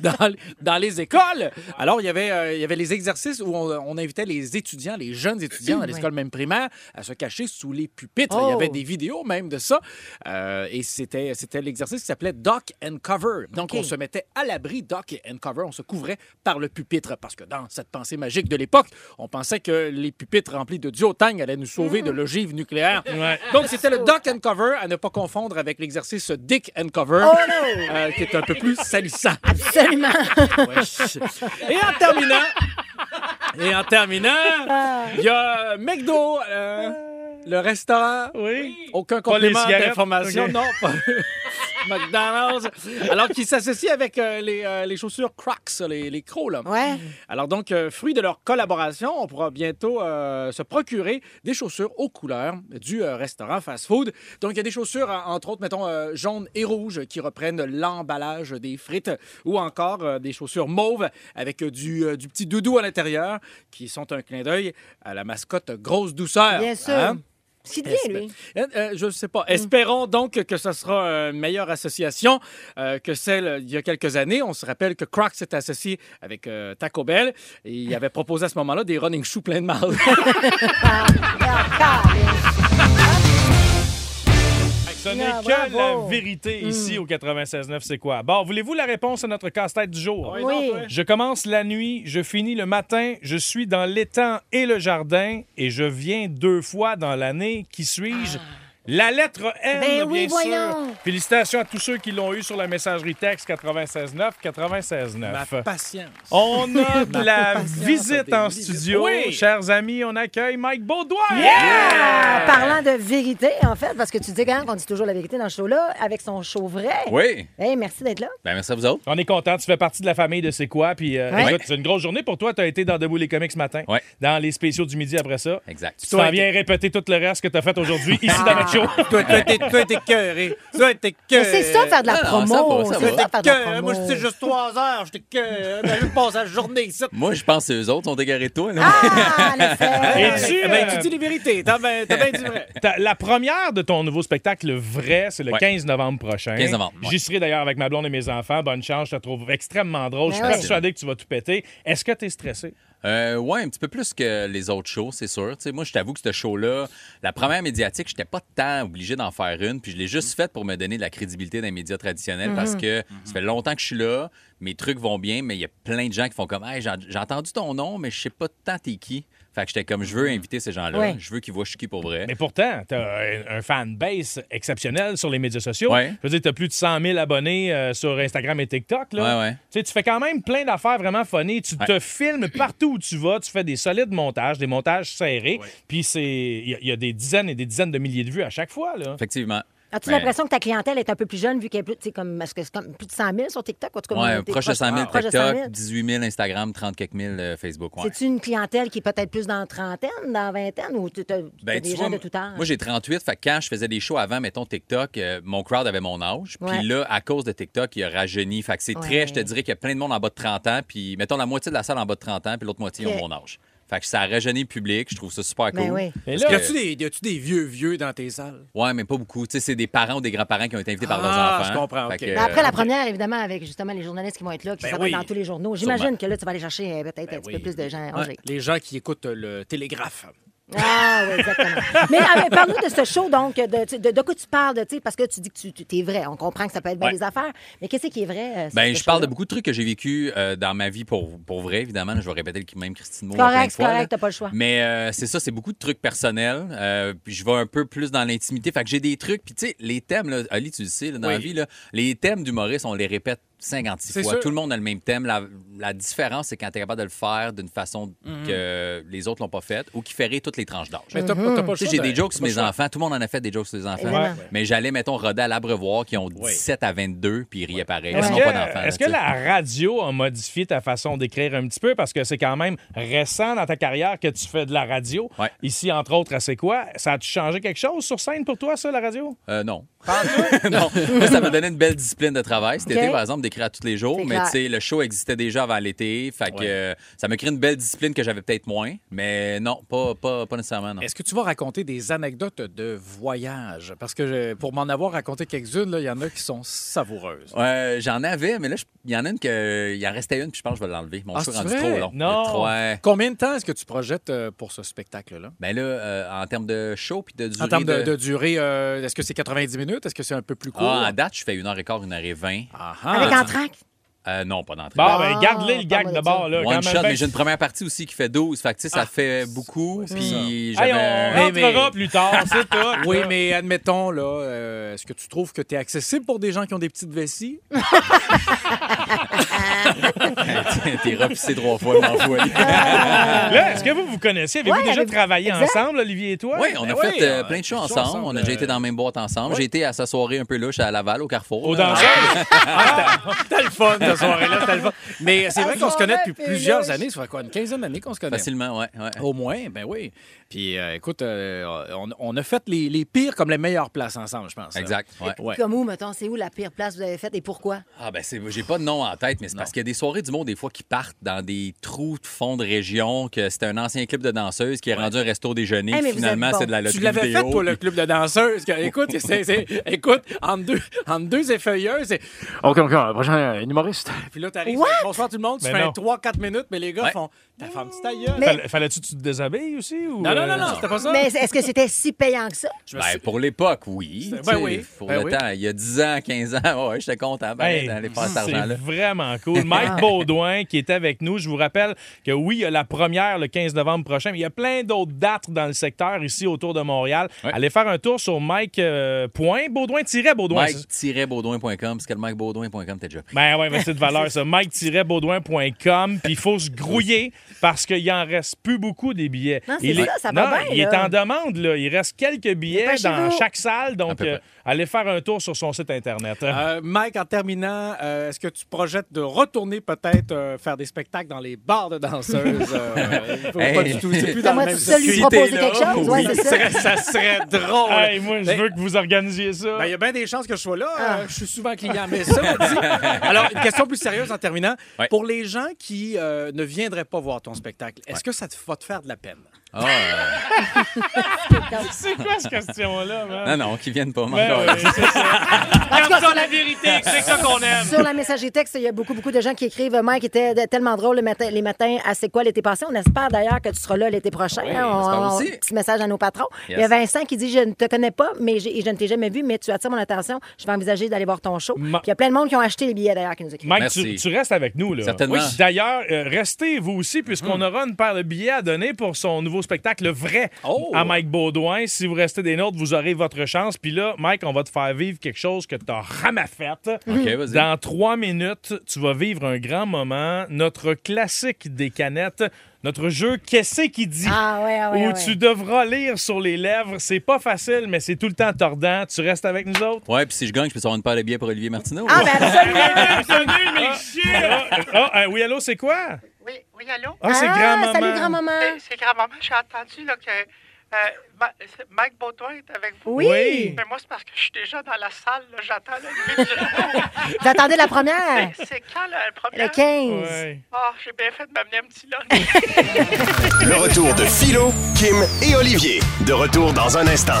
dans, les- dans les écoles, alors il y avait, euh, il y avait les exercices où on, on invitait les étudiants, les jeunes étudiants dans les Ouais. écoles même primaires, à se cacher sous les pupitres. Oh. Il y avait des vidéos même de ça. Euh, et c'était, c'était l'exercice qui s'appelait Dock and Cover. Donc OK. on se mettait à l'abri, Dock and Cover, on se couvrait par le pupitre. Parce que dans cette pensée magique de l'époque, on pensait que les pupitres remplis de duotagne allaient nous sauver de l'ogive nucléaire. Ouais. Donc, c'était le Dock and Cover, à ne pas confondre avec l'exercice Dick and Cover, euh, qui est un peu plus salissant. Oh, Absolument. Wesh. Et en Ah. terminant, et en terminant, il y a McDo. euh, Le restaurant, oui. aucun Pas les complément cigarettes, d'information, ok. non. pas- McDonald's. Alors qu'il s'associe avec euh, les, euh, les chaussures Crocs, les, les crocs, là. Ouais. Alors donc, euh, fruit de leur collaboration, on pourra bientôt euh, se procurer des chaussures aux couleurs du euh, restaurant fast-food. Donc, il y a des chaussures, euh, entre autres, mettons, euh, jaunes et rouges qui reprennent l'emballage des frites ou encore euh, des chaussures mauves avec euh, du, euh, du petit doudou à l'intérieur qui sont un clin d'œil à la mascotte Grosse Douceur. Bien sûr. Hein? Ce qui devient, Espe- lui. Euh, euh, je ne sais Mm. pas. Espérons donc que ce sera euh, une meilleure association euh, que celle euh, d'il y a quelques années. On se rappelle que Crocs s'est associé avec euh, Taco Bell et il avait proposé à ce moment-là des running shoes pleins de mal. Ce n'est Ah, que bravo. Hmm. la vérité ici au 96.9, c'est quoi? Bon, voulez-vous la réponse à notre casse-tête du jour? Oui. Oui. Je commence la nuit, je finis le matin, je suis dans l'étang et le jardin et je viens deux fois dans l'année. Qui Ah. suis-je? La lettre Ben N, bien oui, sûr. voyons. Félicitations à tous ceux qui l'ont eu sur la messagerie texte 96.9, 96.9. Patience. Oh, On a de la Patience, visite des en visites. studio. Oui. Chers amis, on accueille Mike Baudouin. Ah, Parlant de vérité, en fait, parce que tu dis quand même qu'on dit toujours la vérité dans ce show-là, avec son show vrai. Oui. Hey, merci d'être là. Ben, merci à vous autres. On est content. Tu fais partie de la famille de C'est quoi. Puis, euh, Ouais. écoute, c'est une grosse journée pour toi. Tu as été dans Debout les comics ce matin. Dans les spéciaux du midi après ça. Exact. Tu t'en Toi, viens répéter tout le reste que tu as fait aujourd'hui ici dans notre show. Toi, toi, t'es- toi, t'es cœuré. Toi, t'es Mais c'est ça, faire de la Ah, non, promo. ça va, ça C'est va. ça, faire de la T'es cœuré. promo. Moi, c'est juste trois heures. J'étais cœuré. Ben, Je passe la journée ici. Moi, je pense que eux autres ont égaré toi. Ah, Là. Et tu, Ben, euh, tu dis les vérités. T'as bien t'as bien dit vrai. T'as- La première de ton nouveau spectacle vrai, c'est le Ouais. 15 novembre prochain. 15 novembre, ouais. J'y serai d'ailleurs avec ma blonde et mes enfants. Bonne chance, je te trouve extrêmement drôle. Je suis Ben oui. persuadé que tu vas tout péter. Est-ce que tu es stressé? Euh, ouais, un petit peu plus que les autres shows, c'est sûr. Tu sais, moi, je t'avoue que ce show-là, la première médiatique, j'étais pas tant obligé d'en faire une, puis je l'ai juste faite pour me donner de la crédibilité dans les médias traditionnels parce Mhm. que ça fait longtemps que je suis là, mes trucs vont bien, mais il y a plein de gens qui font comme Hey, j'en- j'ai entendu ton nom, mais je sais pas tant t'es qui. Fait que j'étais comme je veux inviter ces gens-là, Ouais. je veux qu'ils voient je suis qui pour vrai. Mais pourtant, tu as un, un fanbase exceptionnel sur les médias sociaux. Ouais. Je veux dire, tu as plus de 100 000 abonnés euh, sur Instagram et TikTok. Là. Ouais, ouais. Tu sais, tu fais quand même plein d'affaires vraiment funny. Tu Ouais. te filmes partout où tu vas. Tu fais des solides montages, des montages serrés. Puis c'est il y, a- il y a des dizaines et des dizaines de milliers de vues à chaque fois. Là. Effectivement. As-tu Mais- l'impression que ta clientèle est un peu plus jeune vu qu'elle est plus, tu sais, comme, est-ce que c'est comme plus de 100 000 sur TikTok? Ou en tout cas, Ouais, t'es proche de 100 000 proche de 100 000. TikTok, 18 000 Instagram, 30 quelques mille euh, Facebook. ouais. C'est-tu une clientèle qui est peut-être plus dans la trentaine, dans la vingtaine, ou tu as, Ben, tu des gens vois, de tout âge? Moi, j'ai 38. Fait que quand je faisais des shows avant, mettons TikTok, euh, mon crowd avait mon âge. Puis Ouais. là, à cause de TikTok, il a rajeuni. Fait que c'est Ouais. très, je te dirais qu'il y a plein de monde en bas de 30 ans. Puis mettons la moitié de la salle en bas de 30 ans, puis l'autre moitié Ok. ont mon âge. Fait que ça a rajeuni le public. Je trouve ça super cool. Ben oui. Parce y que- a-tu des, y a-tu des vieux vieux dans tes salles? Ouais, mais pas beaucoup. Tu sais, c'est des parents ou des grands-parents qui ont été invités par Ah, leurs enfants. je comprends, Fait ok. que, Ben, euh, après la première, évidemment, avec justement les journalistes qui vont être là, qui Ben s'appellent oui. dans tous les journaux. Sûrement. J'imagine que là, tu vas aller chercher euh, peut-être un petit peu plus de gens Ouais. âgés. Hein? Les gens qui écoutent euh, le télégraphe. Ah, oui, exactement. mais ah, mais parle-nous de ce show, donc, de, tu- de, de quoi tu parles, de, tu sais, parce que tu dis que tu, tu- t'es vrai. On comprend que ça peut être bien Ouais. des affaires, mais qu'est-ce qui est vrai? euh, sur Ben, ce je parle de show-là? beaucoup de trucs que j'ai vécu euh, dans ma vie pour, pour vrai, évidemment. Je vais répéter le même Christine Moore. plein de Correct, c'est fois, là. correct, t'as pas le choix. Mais euh, c'est ça, c'est beaucoup de trucs personnels. Euh, puis je vais un peu plus dans l'intimité. Fait que j'ai des trucs. Puis tu sais, les thèmes, là, Ali, tu le sais, là, dans la Oui. vie, là, les thèmes d'humoriste, on les répète 56 C'est fois. sûr. Tout le monde a le même thème. La, la différence, c'est quand tu es capable de le faire d'une façon Mhm. que les autres l'ont pas faite ou qui ferait toutes les tranches d'âge. Mais t'as pas- t'as pas le Tu sais, choix j'ai de- ben, des jokes t'as sur pas mes le choix. enfants. Tout le monde en a fait des jokes sur les enfants. Évidemment. Mais j'allais, mettons, roder à l'Abrevoir qui ont 17 à 22 puis ils riaient pareil. Ils Est-ce n'ont pas d'enfants. que, là, est-ce tu que sais. la radio a modifié ta façon d'écrire un petit peu? Parce que c'est quand même récent dans ta carrière que tu fais de la radio. Ici, entre autres, à C'est quoi? Ça a-tu changé quelque chose sur scène pour toi, ça, la radio? Euh, non. non. Moi, ça m'a donné une belle discipline de travail. Cet OK. été, par exemple, d'écrire à tous les jours. C'est Mais clair. tu sais, le show existait déjà avant l'été. Fait que euh, ça m'a créé une belle discipline que j'avais peut-être moins. Mais non, pas, pas, pas nécessairement. Non. Est-ce que tu vas raconter des anecdotes de voyage? Parce que je- pour m'en avoir raconté quelques-unes, là, il y en a qui sont savoureuses. Euh, J'en avais, mais là, je- il y en a une que. Il en restait une, puis je pense que je vais l'enlever. Mon Ah, show est c'est rendu vrai? trop long. Non. Le trois- Combien de temps est-ce que tu projettes euh, pour ce spectacle-là? Ben là, euh, en termes de show puis de durée. En termes de, de durée, euh, est-ce que c'est 90 minutes? Est-ce que c'est un peu plus court? Ah, Ah, en date, je fais 1h15, 1h20. Avec entracte? Euh, non, pas d'entrée. Bon, ben, garde-les, le gag de bord, là. One quand même. shot, Ben, mais j'ai une première partie aussi qui fait 12. Fait que, tu sais, ça Ah, fait beaucoup. Puis ça. j'avais. Hey, on un- rentrera plus tard, c'est tout. Oui, mais admettons, là, euh, est-ce que tu trouves que tu es accessible pour des gens qui ont des petites vessies? T'es repoussé trois fois, m'envoie. Là, est-ce que vous vous connaissez? Avez-vous Ouais, déjà avez- travaillé Exact. ensemble, Olivier et toi? Oui, on a Ben fait euh, on- plein de choses tout ça ensemble. On a déjà été dans la même boîte ensemble. J'ai été à sa soirée un peu louche à Laval, au Carrefour. Aux là. danseuses? Ah, c'était- c'était le fun, cette soirée-là. C'était le fun. Mais c'est À vrai qu'on se soirée, connaît depuis puis plusieurs louche. années. Ça fait quoi, une quinzaine d'années qu'on se connaît? Ah, Facilement, oui. Au moins, ben oui. Puis euh, écoute, euh, on, on a fait les, les pires comme les meilleures places ensemble, je pense. Exact, ouais. Ouais. Comme où, mettons, c'est où la pire place que vous avez faite et pourquoi? Ah ben c'est j'ai pas de nom en tête mais c'est parce qu'il y a des soirées du monde des fois qui partent dans des trous de fond de région que c'était un ancien club de danseuse qui est rendu un resto déjeuner Hey, mais puis vous finalement êtes bon. c'est de la loterie Tu l'avais vidéo, fait pour euh, le puis- club de danseuses. que- écoute, c'est, c'est- écoute, entre deux, entre deux effeuilleuses, c'est OK, OK, prochain humoriste. Puis là, t'arrives, What? bonsoir tout le monde, tu Mais fais non. un 3-4 minutes, mais les gars font ta femme petite aïeule. Fallait- Fallait-tu que tu te déshabilles aussi? Ou Non, non, non, euh, non, c'était pas ça. Mais est-ce que c'était si payant que ça? Ben, pour l'époque, oui. Ben Tu sais, oui, Pour ben le oui. temps, il y a 10 ans, 15 ans, ouais, j'étais content ben, Hey, d'aller faire cet C'est argent-là. vraiment cool. Mike Baudouin qui est avec nous. Je vous rappelle que oui, il y a la première le 15 novembre prochain, mais il y a plein d'autres dates dans le secteur ici autour de Montréal. Allez faire un tour sur Mike euh, point Baudouin-Baudouin. c'est- Mike-baudouin.com, parce que le mike-baudouin.com, t'es déjà pris. Ben ouais, mais c'est de valeur ça. Mike-baudouin.com. Puis il faut se grouiller parce qu'il en reste plus beaucoup des billets. Non, c'est Il est- ça, ça va non, bien, Il est là. en demande, là. Il reste quelques billets dans Dépêchez-vous. chaque salle. Donc, euh, allez faire un tour sur son site Internet. Euh, Mike, en terminant, euh, est-ce que tu projettes de retourner peut-être euh, faire des spectacles dans les bars de danseuses? Euh, faut Hey. Pas du tout, c'est plus dans le Fais-moi même tout seul lui circuit. proposer Si t'es quelque là, chose, ouais, c'est ça. ça. serait, ça serait drôle. Ben, Hey, moi, je veux que vous organisiez ça. Il y a bien des chances que je sois là. Euh, je suis souvent client, mais ça, on dit. Alors, une question plus sérieuse en terminant. Ouais. Pour les gens qui euh, ne viendraient pas voir ton spectacle, est-ce que ça te va te faire de la peine? Ah, euh, C'est quoi cette question-là, man? Ah, non, non, qu'ils viennent pas. Ben m'en oui, c'est ça. En tout cas, sur la- vérité, c'est ça qu'on aime. Sur la messagerie texte, il y a beaucoup, beaucoup de gens qui écrivent euh, Mike était de- tellement drôle le matin, les matins à C'est quoi l'été passé. On espère d'ailleurs que tu seras là l'été prochain. Oui, hein. on espère aussi. Petit message à nos patrons. Yes. Il y a Vincent qui dit Je ne te connais pas mais j'ai- et je ne t'ai jamais vu, mais tu attires mon attention. Je vais envisager d'aller voir ton show. Puis Il y a plein de monde qui ont acheté les billets d'ailleurs qui nous écrivent. Mike, tu, tu restes avec nous. Là. Certainement. Mm-hmm. Oui. D'ailleurs, euh, restez vous aussi, puisqu'on aura une paire de billets à donner pour son nouveau spectacle vrai Oh! à Mike Baudouin. Si vous restez des nôtres, vous aurez votre chance. Puis là, Mike, on va te faire vivre quelque chose que tu as ramaffette. vas-y. Dans trois minutes, tu vas vivre un grand moment. Notre classique des canettes, notre jeu Qu'est-ce qui dit Ah ouais, ah ouais, où ah ouais. tu devras lire sur les lèvres. C'est pas facile, mais c'est tout le temps tordant. Tu restes avec nous autres. Ouais, puis si je gagne, je peux avoir une paire de billets pour Olivier Martineau. Ah, ben Ah, ah, ah, oui, allô, c'est quoi? Oui, oui, allô? Ah, c'est grand-maman. salut, grand-maman. C'est- C'est grand-maman. J'ai entendu là, que euh, Ma- c'est- Mike Baudouin est avec vous. Oui. Oui. Mais moi, c'est parce que je suis déjà dans la salle. là, J'attends la nuit. Vous attendez la première? C'est- C'est quand la première? Le 15. Ouais. Ah, j'ai bien fait de m'amener un petit lunch. Le retour de Philo, Kim et Olivier. De retour dans un instant.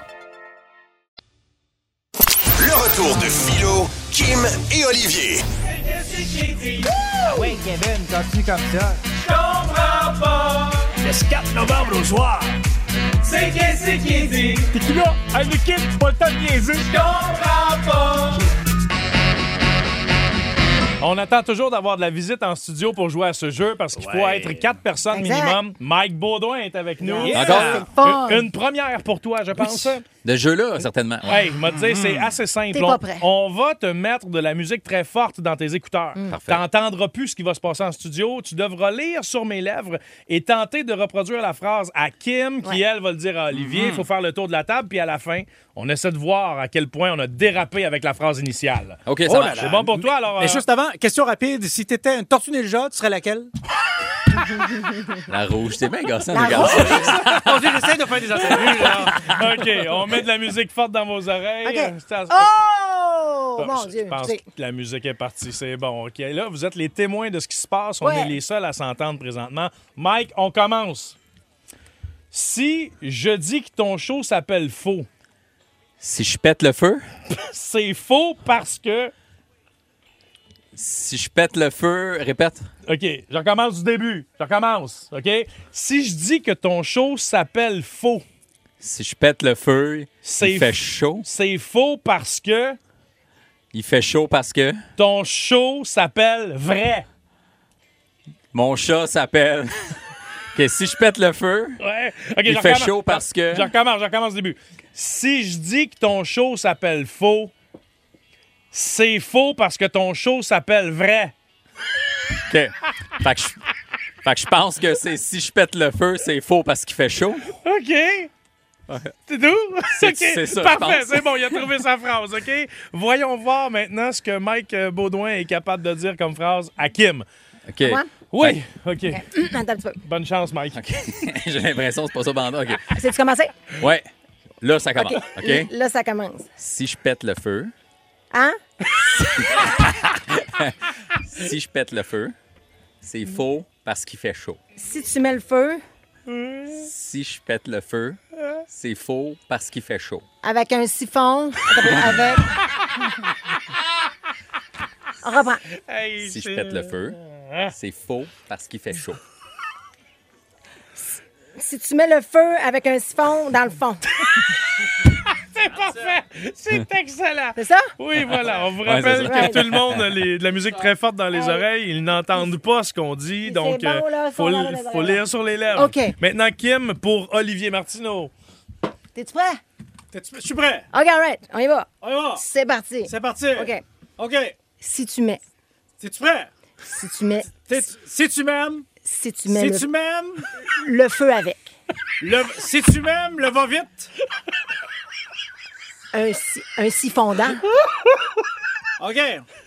Le retour de Philo, Kim et Olivier. Ah oui, Kevin, continue comme ça. Je comprends pas. Le 4 novembre au soir. C'est qu'est-ce qui est dit? T'es qui là? Un équipe, c'est pas le temps de niaiser. Je comprends pas. On attend toujours d'avoir de la visite en studio pour jouer à ce jeu parce qu'il faut Ouais. être quatre personnes Exact. minimum. Mike Baudouin est avec nous. Yeah. Encore? C'est le fun. Une, une première pour toi, je pense. ben- De jeu-là, certainement. ouais. Hey, m'a dit, c'est Mhm. assez simple. T'es pas On- prêt. On, va te mettre de la musique très forte dans tes écouteurs. Parfait. T'entendras plus ce qui va se passer en studio. Tu devras lire sur mes lèvres et tenter de reproduire la phrase à Kim, qui, elle, va le dire à Mhm. Olivier. Il faut faire le tour de la table, puis à la fin, on essaie de voir à quel point on a dérapé avec la phrase initiale. OK, ça Oh là marche. là. C'est bon pour toi, alors. Mais euh, juste avant, question rapide. Si t'étais une tortue ninja, tu serais laquelle? La rouge, c'est bien gossant, La les garçons. rouge. Mon Dieu, j'essaie de faire des entrevues, là. euh, OK, on met de la musique forte dans vos oreilles. OK. C'est à- Oh! Bon, Mon je- Dieu. Je pense C'est- que la musique est partie. C'est bon. OK. Là, vous êtes les témoins de ce qui se passe. On Ouais. est les seuls à s'entendre présentement. Mike, on commence. Si je dis que ton show s'appelle Faux, Si je pète le feu, c'est faux parce que Si je pète le feu, répète. OK, je recommence du début. Je recommence, OK? Si je dis que ton show s'appelle Faux, Si je pète le feu, C'est il fait f- chaud. c'est faux parce que Il fait chaud parce que ton show s'appelle Vrai. mon chat s'appelle. que si je pète le feu, Ouais. OK, Il je fait recommence. chaud parce que- Je recommence, je recommence du début. Si je dis que ton show s'appelle Faux, c'est faux parce que ton show s'appelle Vrai. OK. Fait que je, fait que je pense que c'est si je pète le feu, c'est faux parce qu'il fait chaud. OK. C'est tout? C'est- OK, c'est ça, je Parfait, pense. c'est bon, il a trouvé sa phrase, OK? Voyons voir maintenant ce que Mike euh, Baudouin est capable de dire comme phrase à Kim. OK. Moi? Oui, OK. Attends un petit peu. Bonne chance, Mike. J'ai l'impression que c'est pas ça, Banda. OK. C'est-tu commencé? Ouais. Là, ça commence. OK? Là, ça commence. Si je pète le feu, Hein? si je pète le feu, c'est faux parce qu'il fait chaud. Si tu mets le feu Si je pète le feu, c'est faux parce qu'il fait chaud. avec un siphon, avec. On reprend. Si je pète le feu, c'est faux parce qu'il fait chaud. Si tu mets le feu avec un siphon dans le fond. C'est parfait! Hum. C'est excellent! C'est ça? Oui, voilà. On vous Ouais, rappelle c'est ça. que tout le monde a les- de la musique très forte dans les oreilles. Ils n'entendent pas ce qu'on dit, donc bon, euh, là, faut, ça va dans les faut oreilles. lire sur les lèvres. OK. Maintenant, Kim pour Olivier Martineau. T'es-tu prêt? Je suis prêt. OK, all right. On y va. On y va. C'est parti. Ah. C'est parti. OK. OK. Si tu mets, Es-tu prêt? si tu mets, T'es- Si tu m'aimes, si tu mets si le, tu m'aimes, le feu avec. le... si tu m'aimes, le va vite. Un, si- un siphon dans. OK.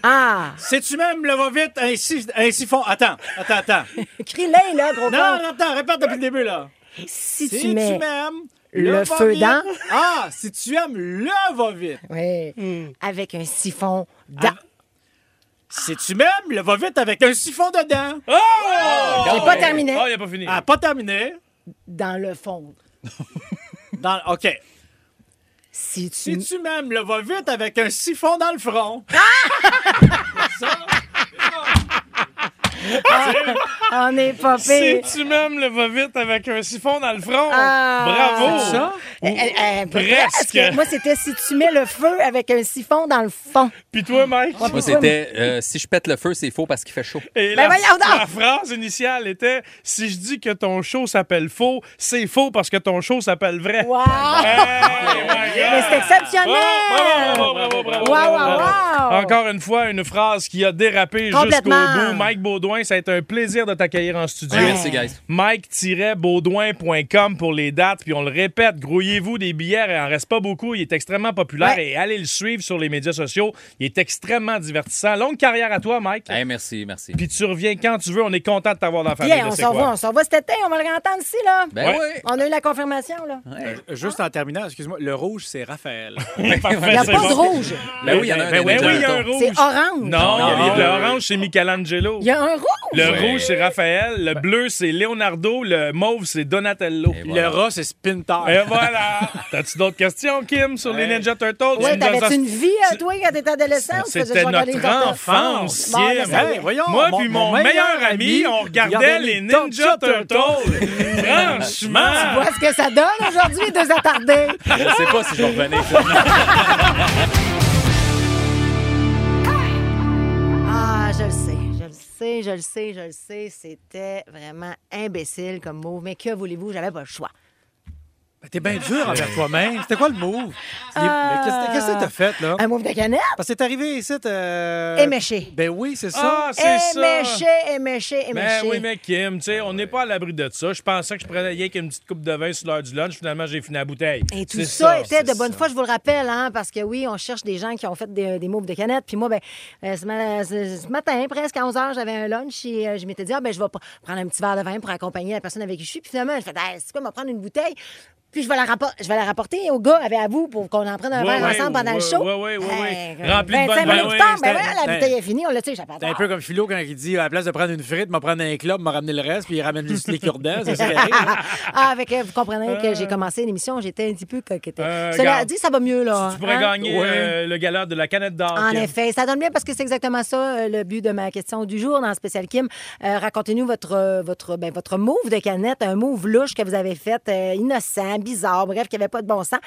Ah! Si tu m'aimes, le va vite, ainsi, ainsi font. Attends, attends, attends. Crie-le, là, gros Non, con. non, attends, répète depuis le début, là. Si, Si tu mets. m'aimes, le va feu vite. dans. Ah, si tu aimes, le va vite. Oui. Avec un siphon Ah. dans. Si tu m'aimes, le va vite avec un siphon dedans. Oh! J'ai pas terminé. Oh, il a pas fini. Ah, pas terminé. Dans le fond. Dans... OK. Si tu. Si tu m'aimes, le va vite avec un siphon dans le front. On est pas Si pire. tu m'aimes, le va vite avec un siphon dans le front. Ah. Bravo! C'est ça? Eh, eh, eh, Presque. Moi, c'était si tu mets le feu avec un siphon dans le fond. Puis toi, Mike? Moi, c'était euh, si je pète le feu, c'est faux parce qu'il fait chaud. Ah, Et Ben la, voyons donc! la phrase initiale était Si je dis que ton show s'appelle faux, c'est faux parce que ton show s'appelle vrai. Eh, Wow! Hey, my God! Mais c'est exceptionnel! Bravo, bravo, bravo, bravo, Wow, bravo, wow, bravo. wow. Encore une fois, une phrase qui a dérapé jusqu'au Complètement. bout. Mike Baudouin, ça a été un plaisir de t'accueillir en studio. Merci, guys. Mike-baudouin.com pour les dates. Puis on le répète, grouillez-vous des billets. Il en reste pas beaucoup. Il est extrêmement populaire Ouais. et allez le suivre sur les médias sociaux. Il est extrêmement divertissant. Longue carrière à toi, Mike. Hey, merci, merci. Puis tu reviens quand tu veux. On est content de t'avoir dans la famille. Bien, de on C'est s'en quoi. va, on s'en va cet été, on va le réentendre ici, là. Ben oui. On a eu la confirmation, là. Euh, Juste en terminant, excuse-moi, le rouge, c'est Raphaël. Il n'y a c'est pas bon. de rouge. Ben oui, il y en a un. Ben des oui, deux, il y a un mettons. rouge. C'est orange. Non, Non, il y a non. les- le orange, c'est Michelangelo. Il y a un rouge. Le Ouais. rouge, c'est Raphaël. Le bleu, c'est Leonardo. Le mauve, c'est Donatello. Et Le voilà. rat, c'est Spintar. Et voilà! T'as-tu d'autres questions, Kim, sur les Ninja Turtles? Ouais, Tu nous as- t'avais-tu une vie, euh, toi, quand t'étais adolescent? ou tu faisais C'était juste regarder les notre enfants? enfance, Bon, ben, là, Kim. ça y est. Hey, voyons, Moi puis mon, meilleur ami, on regardait les Ninja Turtles. Ben Tu Franchement! vois ce que ça donne aujourd'hui, deux attardés? Je sais pas si je vais revenir. Ah, je le sais, je le sais, je le sais, je le sais. C'était vraiment imbécile comme mot, mais que voulez-vous, j'avais pas le choix. Ben, T'es bien dur envers toi-même. C'était quoi le move? Il est- mais Qu'est-ce qu'est-ce que t'as fait, là? Ah. Un move de canette? Parce que t'es arrivé ici, t'as... Éméché. Ben oui, c'est ça. Ah, c'est ça! Éméché, éméché, Mais éméché. oui, mais Kim, tu sais, on n'est pas à l'abri de ça. Je pensais que je prenais rien qu'une petite coupe de vin sur l'heure du lunch. Finalement, j'ai fini la bouteille. Et tout C'est ça, c'est était de bonne foi, je vous le rappelle, hein, parce que oui, on cherche des gens qui ont fait des, des moves de canette. Puis moi, ben, euh, ce, ma- ce- ce matin, presque à 11 h, j'avais un lunch et euh, je m'étais dit, ah, ben, je vais pr- prendre un petit verre de vin pour accompagner la personne avec qui je suis. Puis finalement, je fais, Hey, c'est quoi, me prendre une bouteille? Puis je vais la, rappor- je vais la rapporter au gars avec à vous pour qu'on en prenne un Ouais, verre ouais, ensemble pendant ouais, le show. ouais, ouais, ouais, ouais. Euh, Rempli de 25 bonnes- minutes plus Ben tard, ben oui, c'était- voilà, la c'était- bouteille est finie, on l'a tu sais, j'appelle. C'est un peu comme Philo quand il dit à la place de prendre une frite, m'a prendre un club, m'a ramener le reste, puis il ramène juste les cure-dents. C'est ça qui arrive. ah, avec, euh, vous comprenez que j'ai commencé l'émission, j'étais un petit peu coquette. Cela Euh, regarde. dit, ça va mieux, là. Tu pourrais hein? gagner euh, le galère de la canette d'or. En Kim. effet, ça donne bien parce que c'est exactement ça euh, le but de ma question du jour dans Spécial Kim. Euh, Racontez-nous votre, euh, votre, ben, votre move de canette, un move louche que vous avez fait, euh, innocent, bizarre, bref, qui n'avait pas de bon sens.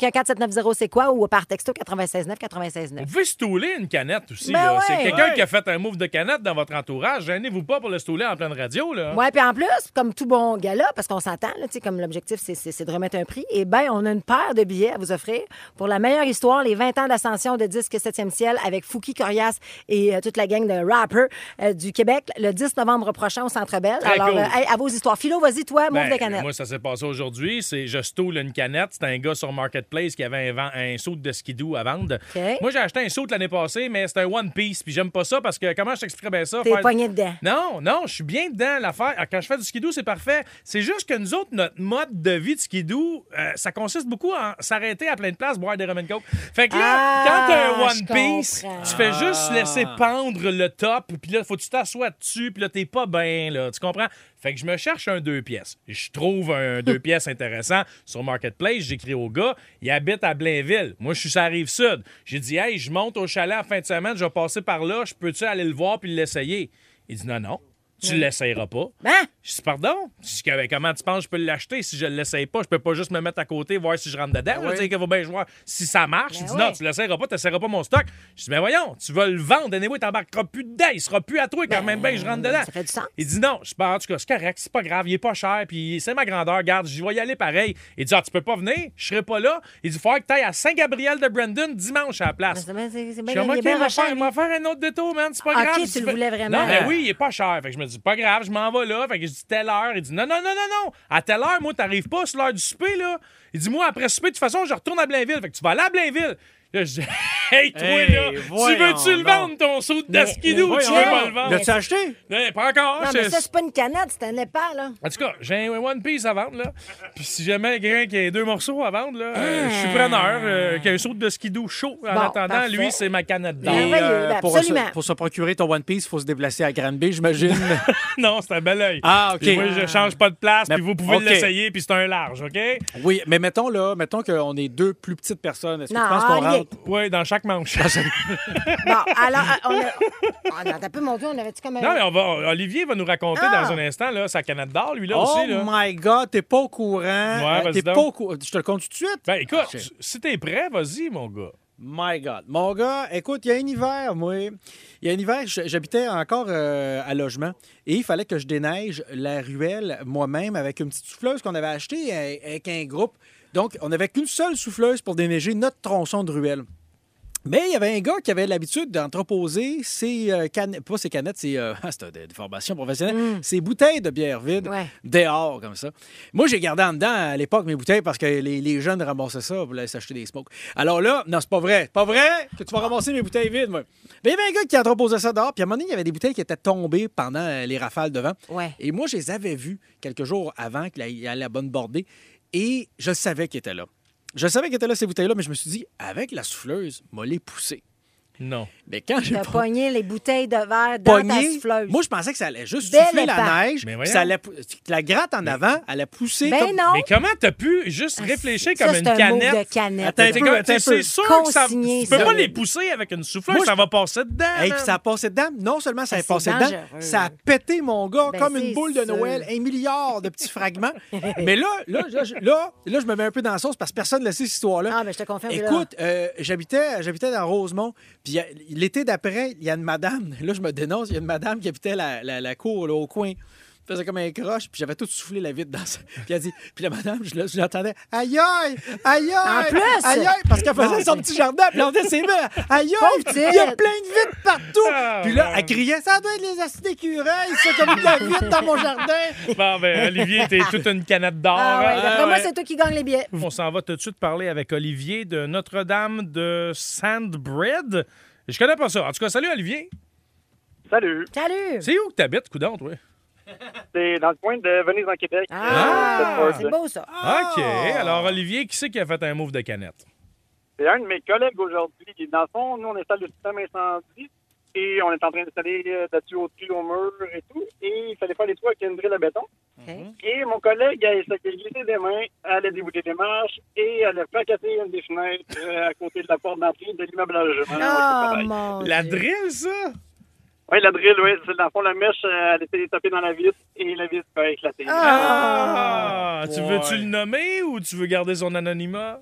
514-790, c'est quoi? Ou par texto 969 969 Vous pouvez stouler une canette aussi. Ben là. ouais. C'est quelqu'un Ouais. qui a fait un move de canette dans votre entourage. Gênez-vous pas pour le stouler en pleine radio. Là. Ouais, puis en plus, comme tout bon gala, parce qu'on s'entend, là, tu sais, comme l'objectif, c'est- c'est c'est de remettre un prix, eh bien, on a une paire de billets à vous offrir pour la meilleure histoire, les 20 ans d'ascension de disque 7e ciel avec Fouki Corias et euh, toute la gang de rappers euh, du Québec le 10 novembre prochain au Centre Bell. Très Alors, cool. euh, hey, à vos histoires. Philo, vas-y, toi, Ben, move de canette. Moi, ça s'est passé aujourd'hui. C'est je stoule une canette. C'est un gars sur Marketplace qui avait un, vent- un saut de skidoo à vendre. Moi, j'ai acheté un saut l'année passée, mais c'était un One Piece. Puis j'aime pas ça parce que comment je t'expliquerais bien ça? T'es pogné dedans. Non, non, je suis bien dedans. L'affaire, Ah, quand je fais du skidoo, c'est parfait. C'est juste que nous autres, notre mode de vie de skidoo, euh, ça consiste beaucoup à s'arrêter à plein de places, boire des rum and coke. Fait que là, Ah, quand t'as un je One Piece, comprends. tu fais juste laisser pendre le top, puis là, faut que tu t'assoies dessus, puis là, t'es pas bien, là. Tu comprends? Fait que je me cherche un deux pièces. Je trouve un deux pièces intéressant sur Marketplace. J'écris au gars. Il habite à Blainville. Moi, je suis sur la rive sud. J'ai dit, hey, je monte au chalet en fin de semaine, je vais passer par là. Je peux-tu aller le voir puis l'essayer? Il dit, non, non. Tu Ouais. l'essayeras pas. Hein? Je dis, pardon? Je dis, Ben, comment tu penses que je peux l'acheter si je l'essaye pas? Je peux pas juste me mettre à côté, voir si je rentre Ben dedans. là, oui. tu sais, que faut bien jouer. Si ça marche, il dit, ouais. non, tu l'essayeras pas, tu n'essayeras pas mon stock. Je dis, mais voyons, tu vas le vendre, anyway, t'embarqueras plus dedans, il sera plus à toi quand même bien que je rentre dedans. Ça Ben fait du sens. Il dit, non, je dis, Ben, en tout cas, c'est correct, c'est pas grave, il est pas cher, puis c'est ma grandeur, garde, je vais y aller pareil. Il dit, ah, tu peux pas venir, je serai pas là. Il dit, faut que t'ailles à Saint-Gabriel de Brandon dimanche à la Ben, place. C'est bien- c'est- c'est bien- Je suis il est OK, bien il va cher, faire- il va faire un autre détour, man. C'est pas Ah, ok, grave. tu Je dis, le Fais- voulais vraiment. Non, mais oui, il est pas cher. Fait que je me dis, pas grave, je m'en vais là. Fait que je dis, telle heure. Il dit, non, non, non, non, non. À telle heure, moi, t'arrives pas sur l'heure du souper, là. Il dit, moi, après souper, de toute façon, je retourne à Blainville. Fait que tu vas aller à Blainville. Là, je dis, hey, toi, Hey, là, tu voyons veux-tu le donc. vendre, ton saut de Mais- daskidou? mais Tu veux voyons pas donc. le vendre? L'as-tu acheté? Non, pas encore. non, c'est- mais ça, c'est pas une canette, c'est un épais, là. en tout cas, j'ai un One Piece à vendre, là. Puis si jamais quelqu'un qui a deux morceaux à vendre, là, euh, je suis Ah. preneur, euh, qui a un saut de skidoo chaud. En Bon, attendant, parfait. lui, c'est ma Eh canette d'or. Et, euh, Pour- pour, se, absolument. pour se procurer ton One Piece, il faut se déplacer à Granby, j'imagine. non, c'est un bel oeil. Ah, OK. Puis moi, je change pas de place, Mais- puis vous pouvez OK. l'essayer, puis c'est un large, OK? Oui, mais mettons là, mettons qu'on est deux plus petites personnes. Est-ce que Non, tu penses qu'on rien. rentre? Oui, dans chaque manche. Bon, alors, euh, on a... Oh, non, t'as peu, mon Dieu, on avait-tu comme un... non, mais on va, Olivier va nous raconter Ah. dans un instant là, sa canette d'or, lui, là oh aussi. Là. my God, t'es pas au courant. Ouais, Euh, vas-y t'es donc. pas au courant. Je te le compte tout de suite. Ben, écoute, Ok. si t'es prêt, vas-y, mon gars. My God. Mon gars, écoute, il y a un hiver, moi. Il y a un hiver, je- j'habitais encore euh, à logement et il fallait que je déneige la ruelle moi-même avec une petite souffleuse qu'on avait achetée euh, avec un groupe. Donc, on n'avait qu'une seule souffleuse pour déneiger notre tronçon de ruelle. Mais il y avait un gars qui avait l'habitude d'entreposer ses euh, canettes, pas ses canettes, c'est euh, ah, c'était des, des formations professionnelles, ses bouteilles de bière vide dehors comme ça. Moi, j'ai gardé en dedans à l'époque mes bouteilles parce que les, les jeunes ramassaient ça pour aller s'acheter des smokes. Alors là, non, c'est pas vrai. C'est Pas vrai que tu vas ramasser mes bouteilles vides, moi. Mais il y avait un gars qui entreposait ça dehors, puis à un moment donné, il y avait des bouteilles qui étaient tombées pendant euh, les rafales devant. Et moi, je les avais vues quelques jours avant qu'il aille à la bonne bordée et je savais qu'ils étaient là. Je savais qu'elles étaient là, ces bouteilles-là, mais je me suis dit, avec la souffleuse, m'a les pousser. Non. Mais quand j'ai T'as pas pogné les bouteilles de verre dans ta pogné, souffleuse. moi, je pensais que ça allait juste Dès souffler le la pas. neige, Mais puis voyons. ça allait pou- que la gratte en avant allait pousser. Ben comme... non. Mais comment t'as pu juste réfléchir comme ça, une Ah, c'est un move canette? de canette. Attends un C'est peu, comme- attends un peu. C'est sûr que ça, Consigné, tu peux ça. pas les pousser avec une souffleuse, Moi, je- ça va passer dedans. Et puis man. ça a passé dedans. Non seulement ça a c'est passé dedans, dangereux. ça a pété mon gars Ben, comme une c'est boule de sûr. Noël, un milliard de petits fragments. Mais là, là, là, je- là, là, je me mets un peu dans la sauce parce que personne ne sait cette histoire-là. Ah, mais je te confirme. là. Écoute, euh, j'habitais, j'habitais dans Rosemont, puis il y a- l'été d'après, il y a une madame, là je me dénonce, il y a une madame qui habitait la, la- la cour là, au coin. Elle faisait comme un croche, puis j'avais tout soufflé la vitre dans ça. Puis elle dit, puis la madame, je la- je l'entendais, aïe aïe, aïe En aïe, plus! aïe aïe, parce qu'elle Non, faisait son mais- petit jardin, puis elle faisait ses mains, aïe aïe, Pauvre il y a petite! plein de vitres partout. Puis là, elle criait, ça doit être les acides d'écureuil, ça, comme de la vitre dans mon jardin. Bon, ben, Olivier, t'es toute une canette d'or. Ah ouais, d'après Ah moi, ouais. c'est toi qui gagne les billets. On s'en va tout de suite parler avec Olivier de Notre-Dame de Sandbred. Je connais pas ça. En tout cas, salut Olivier. Salut. Salut. C'est où que t'habites, coudon, toi? C'est dans le coin de Venise en Québec. Ah! Cette C'est porte. beau, ça. OK. Alors, Olivier, qui c'est qui a fait un move de canette? C'est un de mes collègues aujourd'hui. qui, Dans le fond, nous, on installe le système incendie et on est en train d'installer euh, là-dessus au tuyau au mur et tout. Et il fallait faire les toits avec une drille à béton. Oh, Et mon collègue, elle s'est glissée des mains, elle a débouté des marches et elle a fracassé une des fenêtres euh, à côté de la porte d'entrée de l'immeuble à Ah, logement. Oh, mon La drille, ça? Oui, la drille, oui. C'est dans le fond, la mèche, euh, elle était tapée dans la vis et la vis a éclaté. Ah! tu Ouais. veux-tu le nommer ou tu veux garder son anonymat?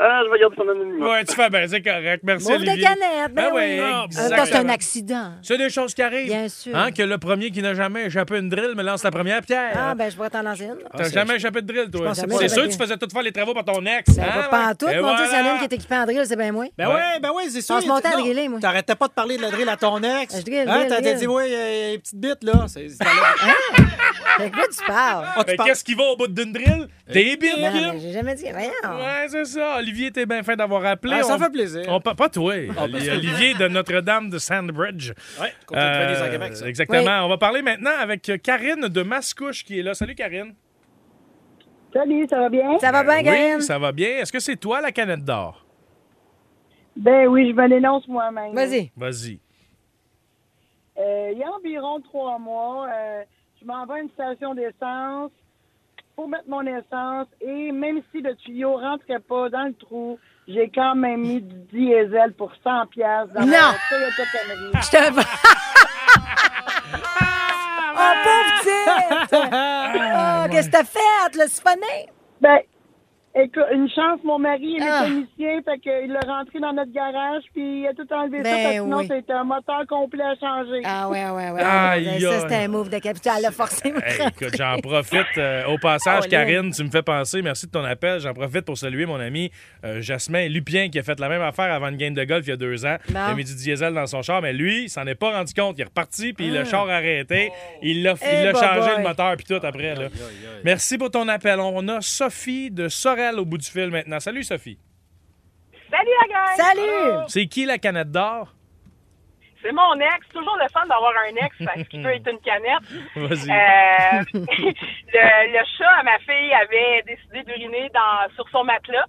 Ah, je vais garder son anonymat. Ouais, tu fais bien, c'est correct. Merci, Move Olivier. de canette, ben Ah oui. ouais, En même temps, exactement. c'est un accident. C'est des choses qui arrivent. Bien sûr. Hein, que le premier qui n'a jamais échappé une drille me lance la première pierre. Ah, ben, je pourrais t'en lancer une. T'as jamais échappé de drille, toi. pense que Ah, C'est c'est sûr pas- que tu faisais tout faire les travaux par ton ex. Ben, hein, pas pantoute, ouais. Et mon Dieu, c'est voilà. un homme qui est équipé en drill, c'est bien moi. Ben ouais, ben ouais, c'est sûr. On se montait à Non, driller, moi. T'arrêtais pas de parler de la drill à ton ex. Je drille, Hein, drille, t'as t'as drille. dit, ouais, euh, les petites bites, là. C'est- c'est allé- Ben De quoi tu parles? Mais Ben, qu'est-ce qui va au bout d'une drille? Euh, Des billes, Non, Kim. mais j'ai jamais dit, voyons. Ouais, c'est ça. Olivier, t'es bien fait d'avoir appelé. Ah, ça fait plaisir. Ah, ben, On, pa- pas toi. Oli- parce que- Olivier de Notre-Dame de Sandbridge. Euh, Ouais, contre le Venise en Québec, ça. Exactement. Oui. On va parler maintenant avec Karine de Mascouche qui est là. Salut, Karine. Salut, ça va bien? Ça va bien, Oui, ça va bien. Est-ce que c'est toi la canette d'or? Ben oui, je me l'énonce moi-même. Vas-y. Vas-y. il y a environ trois mois, euh, je m'en vais à une station d'essence pour mettre mon essence et même si le tuyau rentrait pas dans le trou, j'ai quand même mis du diesel pour 100 pièces dans Non! ma Toyota Camry. Je te vois. Ah, Oh, pauvre petite! Oh, qu'est-ce que t'as fait? Le siphonné? Ben, écoute, une chance, mon mari est Ah. mécanicien, fait qu'il l'a rentré dans notre garage, puis il a tout enlevé ça, Ben parce que sinon, oui. c'était un moteur complet à changer. Ah ouais, ouais, ouais. Aïe, Ben, ça, aïe. c'était un move de capital. Elle l'a forcé. moi. Hey, écoute, j'en profite. euh, au passage, Oh, là. Karine, tu me fais penser. Merci de ton appel. J'en profite pour saluer mon ami euh, Jasmin Lupien qui a fait la même affaire avant une game de golf il y a deux ans. Bon. Il a mis du diesel dans son char, mais lui, il s'en est pas rendu compte. Il est reparti, puis le Ah. char a arrêté. Il l'a Eh, il l'a bah, changé boy. le moteur, puis tout après. là. Merci pour ton appel. On a Sophie de Sorel au bout du fil maintenant. Salut, Sophie. Salut la gang! C'est qui la canette d'or? C'est mon ex. Toujours le fun d'avoir un ex parce qu'il peut être une canette. Vas-y. Euh, le, le chat à ma fille avait décidé d'uriner dans sur son matelas.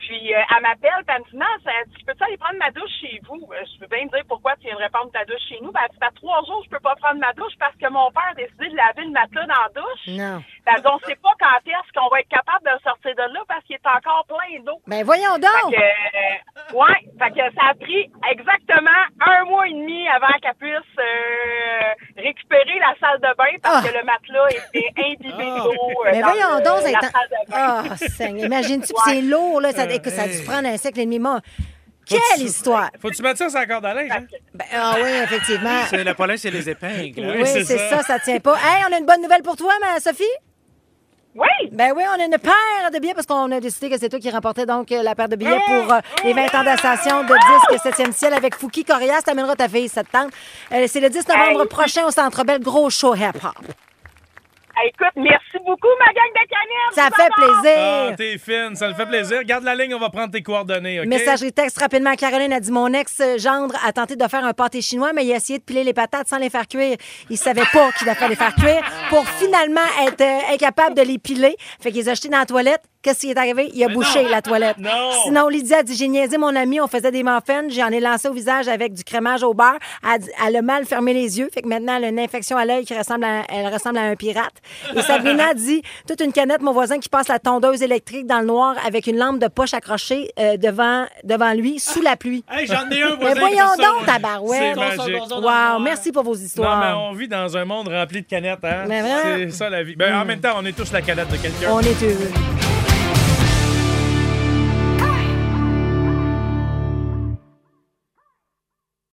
Puis euh, elle m'appelle, puis elle me dit Non, ça, tu peux-tu aller prendre ma douche chez vous? Euh, Je veux bien te dire pourquoi tu viendrais prendre ta douche chez nous. Ben, elle dit Ben, trois jours, je peux pas prendre ma douche parce que mon père a décidé de laver le matelas dans la douche. Non. Ben, elle dit, on sait pas quand est-ce qu'on va être capable de le sortir de là parce qu'il est encore plein d'eau. Ben, voyons donc! Fait que, euh, ouais, fait que ça a pris exactement un mois et demi avant qu'elle puisse euh, récupérer la salle de bain parce que le matelas était imbibé d'eau. euh, Ah! Mais dans Ben, voyons le- donc, ça a la été- salle de bain. Ah, Seigneur. Imagine-tu, puis Ouais. c'est lourd, là. Ça, Euh, écoute, ça a dû se prendre un siècle et demi. Moi, Quelle histoire! Faut-tu mettre ça sur la corde à linge? hein? Ben, ah oui, effectivement. C'est- Le problème, c'est les épingles. hein. Oui, c'est ça. ça, tient pas. Hey, on a une bonne nouvelle pour toi, ma Sophie? Oui! Ben oui, on a une paire de billets parce qu'on a décidé que c'est toi qui remportais donc euh, la paire de billets pour euh, les 20 ans d'ascension de disque 7e ciel avec Fouki Corias. T'amèneras ta fille, ça te tente. Euh, c'est le 10 novembre Hey. prochain au Centre Bell. Gros show hip-hop. Hey, écoute, merci beaucoup, ma gang de canettes! Ça Je vous fait adore! plaisir. Ah, t'es fine, ça le fait plaisir. Garde la ligne, on va prendre tes coordonnées, OK? Messagerie texte rapidement. Caroline a dit Mon ex-gendre a tenté de faire un pâté chinois, mais il a essayé de piler les patates sans les faire cuire. Il savait pas qu'il fallait les faire cuire pour finalement être euh, incapable de les piler. Fait qu'il les a jetés dans la toilette. Qu'est-ce qui est arrivé? Il a bouché la toilette. Sinon, Lydia a dit J'ai niaisé mon ami, on faisait des muffins, j'en ai lancé au visage avec du crémage au beurre. Elle, a dit- elle a mal fermé les yeux. Fait que maintenant, elle a une infection à l'œil qui ressemble à, elle ressemble à un pirate. Et Sabrina dit toute une canette, mon voisin qui passe la tondeuse électrique dans le noir avec une lampe de poche accrochée euh, devant, devant lui sous la pluie. Ah. Hey, j'en ai un voisin Mais comme voyons ça, donc, ouais. tabarouette. C'est magique. Wow, merci pour vos Non, histoires. mais on vit dans un monde rempli de canettes, hein? Mais vraiment. Hmm. C'est ça la vie. Ben, En même temps, on est tous la canette de quelqu'un. On est heureux.